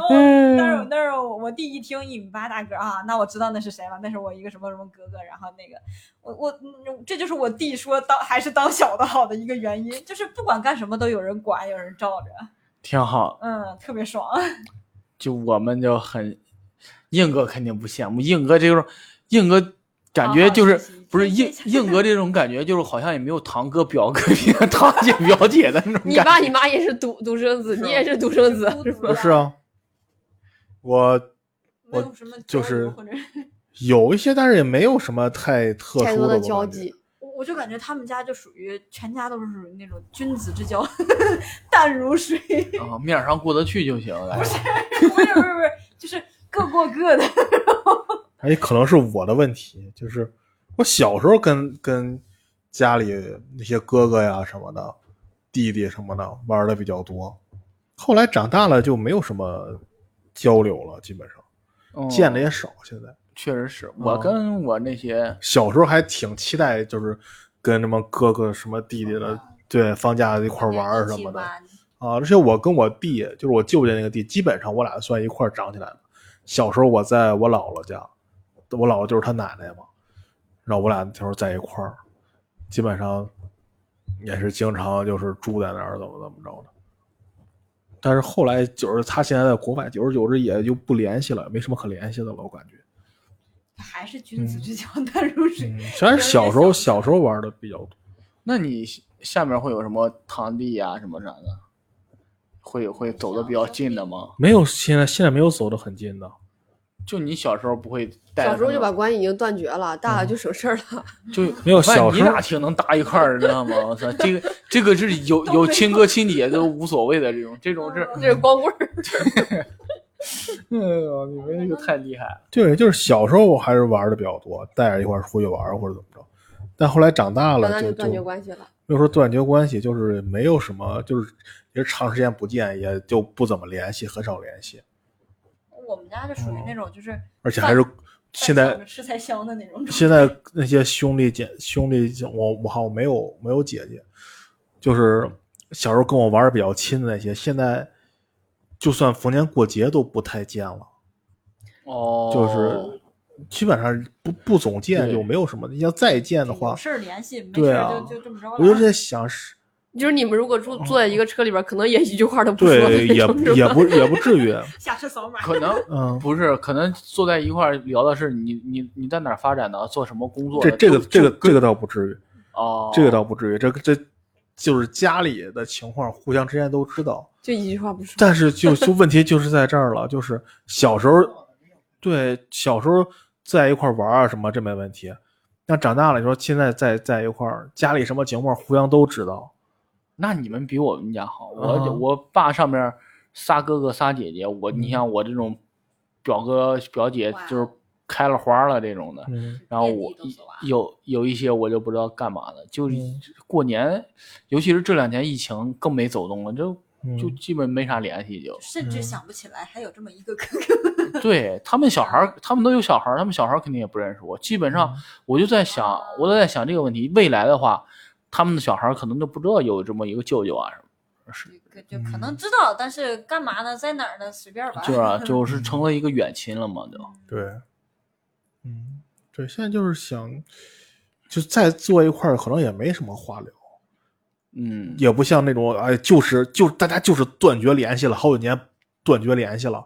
D: 哦，
B: 嗯
D: 但是我但是我我弟一听一米八大个儿啊，那我知道那是谁了，那是我一个什么什么哥哥。然后那个我我嗯这就是我弟说当还是当小的好的一个原因，就是不管干什么都有人管，有人罩着，
A: 挺好，
D: 嗯，特别爽。
A: 就我们就很，硬哥肯定不羡慕，硬哥这种，硬哥感觉就是、
D: 好好学习
A: 不是
D: 谢
A: 硬
D: 谢
A: 硬哥这种感觉，就是好像也没有堂哥表哥、 [laughs] 堂姐表姐的那种
E: 你
A: 感
E: 爸
A: 觉。
E: 你妈也是独独生子，你也是独生子，
B: [laughs]
D: 孤独
B: 呃
D: 的
B: 是啊，我
D: 没有什么
B: 就
D: 交流
B: 是
D: 或者
B: 有一些，但是也没有什么太特
E: 太
B: 殊
E: 多的
B: 的
E: 交际。。
D: 我我就感觉他们家就属于全家都是属于那种君子之交， [laughs] 淡如水。 [laughs]
A: 啊，面儿上过得去就行。不是，
D: 不是不是不是，就是各过各的。
B: 哎，可能是我的问题，就是我小时候跟跟家里那些哥哥呀什么的、弟弟什么的玩的比较多，后来长大了就没有什么交流了，基本上
A: 嗯
B: 见的也少。现在
A: 确实是
B: 哦
A: 我跟我那些
B: 小时候还挺期待，就是跟什么哥哥、什么弟弟的，对，放假一块儿 [laughs] 玩儿什么的啊。而且我跟我弟，就是我舅舅那个弟，基本上我俩算一块儿长起来的。小时候我在我姥姥家，我姥姥就是他奶奶嘛，然后我俩那时候在一块儿，基本上也是经常就是住在那儿，怎么怎么着的。但是后来就是他现在在国外，久而久之也就不联系了，没什么可联系的了，我感觉。
D: 还是君
E: 嗯
D: 子之交 [laughs] 淡如水。
B: 嗯，虽然小时候小时候玩的比较多。
A: 那你下面会有什么堂弟呀、什么啥的，会会走的比较近的吗？
B: 没有，现在现在没有走得很近的。
A: 就你小时候不会带着
E: 小时候
A: 他们
E: 就把关系已经断绝了，大了就省事儿了。
A: 就
B: [laughs] 没有
A: 我发现
B: 小时
A: 你
B: 候
A: 俩挺能搭一块儿，知道吗？我操，这个这个是有有亲哥亲姐都无所谓的这种，这种
D: 呃
A: 是，
E: 这是光棍儿，
A: [laughs]
E: 嗯
A: 哎呦，你们这个太厉害了。
B: 对，就是小时候我还是玩的比较多，带着一块儿出去玩儿或者怎么着。但后来长大
E: 那
B: 了
E: 那
B: 就
E: 就
B: 就
E: 断绝关系了。
B: 没有说断绝关系，就是没有什么，就是也是长时间不见，也就不怎么联系，很少联系，
D: 我们家就属于那种就是
B: 嗯而且还是现在
D: 吃才香的那种。
B: 现在那些兄弟姐兄弟姐，我我好像没有没有姐姐，就是小时候跟我玩的比较亲的那些，现在就算逢年过节都不太见了。
A: 哦，
B: 就是基本上不不总见，
A: 对
B: 就没有什么。要再见的
D: 有
B: 话，
D: 事儿联系，没
B: 对
D: 事
B: 啊
D: 儿就就这么着了。
B: 我就是在想，是
E: 就是你们如果住坐在一个车里边儿，可能也一句话都不说的
B: 哦对，
E: 那
B: 也
E: 种，是
B: 也
E: 吧
B: 不也不至于，
D: 下车扫码。
A: 可能
B: 嗯，
A: 不是，可能坐在一块儿聊的是你你你在哪儿发展的，做什么工作
B: 这
A: 的？
B: 这个
A: 就
B: 这个
A: 就
B: 这个倒不至于，
A: 哦，
B: 这个倒不至于，这个这就是家里的情况，互相之间都知道。
E: [laughs] 就一句话不说。
B: 但是就就问题就是在这儿了，就是小时候，对小时候在一块儿玩啊什么这没问题，但长大了你说现在在在一块儿，家里什么情况互相都知道，
A: 那你们比我们家好，我、
B: 啊
A: 我爸上面仨哥哥仨姐姐，我
B: 嗯
A: 你像我这种表哥表姐
D: 哇
A: 就是开了花了这种的，
B: 嗯
A: 然后
D: 遍地
A: 我
D: 都是娃
A: 有有一些我就不知道干嘛的，就是
B: 嗯
A: 过年，尤其是这两年疫情更没走动了，就就
B: 嗯
A: 基本没啥联系就。
D: 甚
B: 至
E: 嗯
D: 至
B: 想
D: 想不起来还有这么一个 [laughs] 哥哥。
A: 对他们小孩儿，他们都有小孩儿，他们小孩儿肯定也不认识我。基本上
B: 嗯
A: 我就在想，我都在想这个问题，未来的话，他们的小孩儿可能都不知道有这么一个舅舅啊什么。
D: 就可
E: 嗯
D: 能知道，但是干嘛呢？在哪儿呢？随便吧。
A: 就是啊，就是成了一个远亲了嘛，就
B: 对，嗯，对，现在就是想，就再坐一块儿，可能也没什么话聊，
A: 嗯，
B: 也不像那种哎，就是就大家就是断绝联系了，好几年断绝联系了，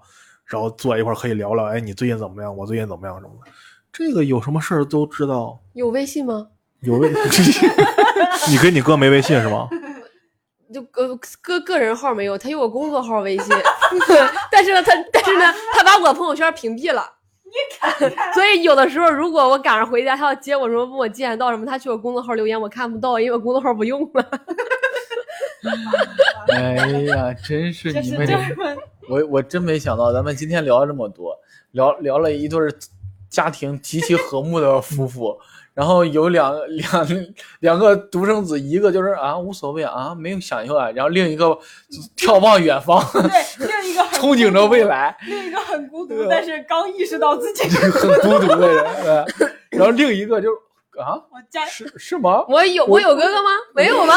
B: 然后坐在一块儿可以聊聊，哎，你最近怎么样？我最近怎么样什么的，这个有什么事儿都知道。
E: 有微信吗？
B: 有微， [laughs] 你跟你哥没微信是吗？
E: 就个个个人号没有，他有我工作号微信， [laughs] 但是呢，他但是呢，他把我朋友圈屏蔽了。 [laughs] 所以有的时候，如果我赶上回家，他要接我什么，问我几点到什么，他去我工作号留言，我看不到，因为我工作号不用了。 [laughs]
A: 哎呀，真是
F: 就
A: 你
F: 是
A: 们
F: 就
A: 这，
F: 是
A: 我我真没想到，咱们今天聊了这么多，聊聊了一对儿家庭极其和睦的夫妇，然后有两两两个独生子，一个就是啊无所谓啊，没有想要啊，然后另一个眺望远方， [laughs]
F: 对另一个很
A: 憧憬着未来，
F: 另一个很孤
A: 对
F: 独
A: 啊，
F: 但是刚意识到自己，
A: 很孤独的人，哎然后另一个就是啊
F: 我家
A: 是是吗？
E: [laughs] 我有我有哥哥吗？没有吧？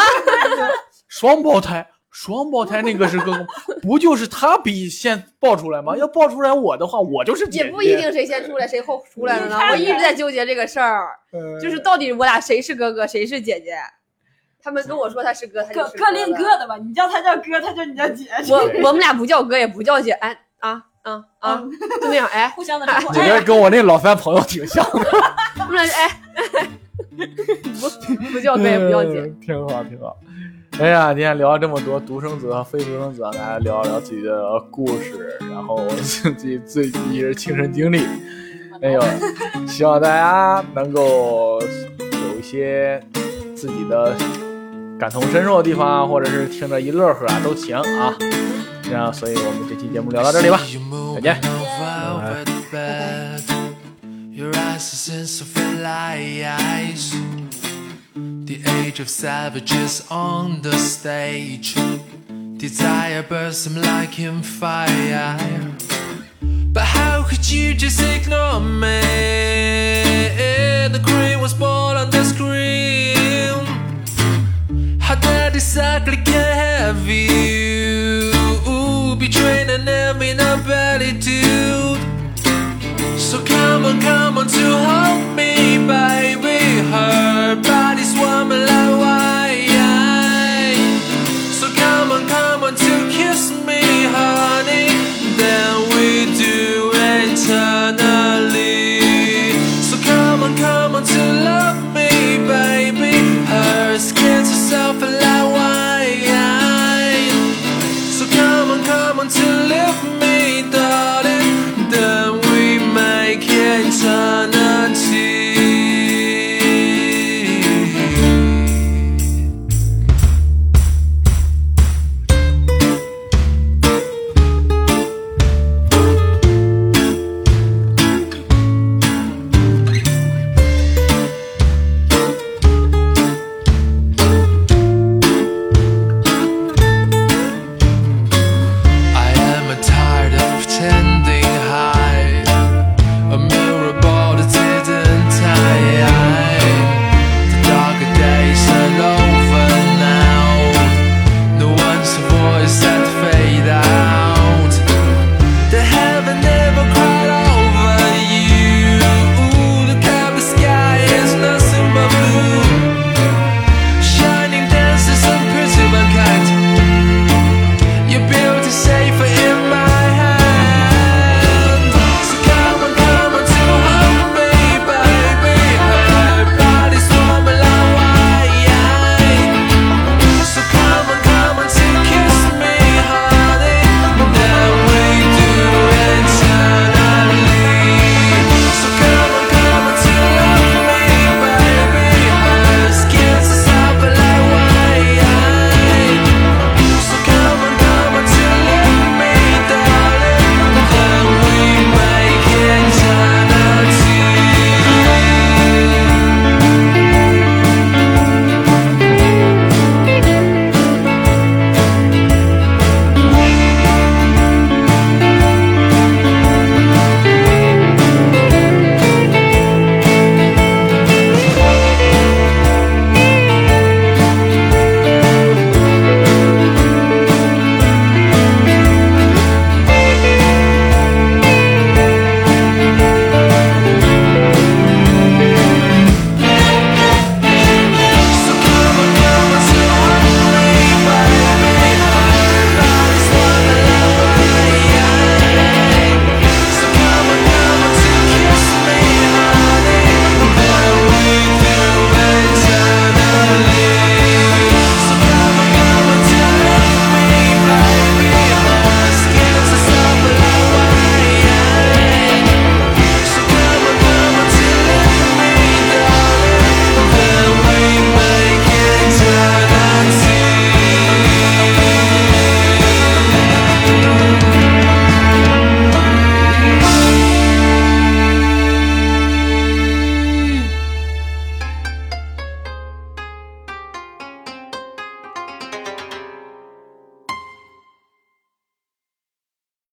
A: 双胞胎，双胞胎那个是哥
E: [laughs]
A: 哥，不就是他比先爆出来吗？要爆出来我的话，我就是姐
E: 也
A: 姐。
E: 不一定谁先出来谁后出来的呢。我一直在纠结这个事儿，
A: 呃
E: 就是到底我俩谁是哥哥，谁是姐姐？他们跟我说他是哥，他就
F: 各
E: 是
F: 各
E: 哥
F: 另
E: 了
F: 各的吧，你叫他叫哥，他叫你叫姐，
E: [laughs] 我我们俩不叫哥，也不叫姐，哎啊啊啊，
F: 嗯
E: 就那样，哎，
D: 互相的称呼。
A: 你这跟我那老三朋友挺像的，
E: 我们俩就哎，不不叫哥，也不叫姐。
A: 嗯挺好，挺好。哎呀，今天聊了这么多独生子和非独生子，啊，大家聊一聊自己的故事，然后自己最自己亲身经历。没有，希望大家能够有一些自己的感同身受的地方，啊或者是听着一乐呵啊都行啊。这样，所以我们这期节目聊到这里吧。
G: See you moving
A: Again.
D: 哎
G: on
C: 呃
B: 呃
G: velvet bed. Your eyes are sins of fly eyes. The age of savages on the stage. Desire bursts like in fire. But how could you just ignore me? The green was born on the screen. How dare this ugly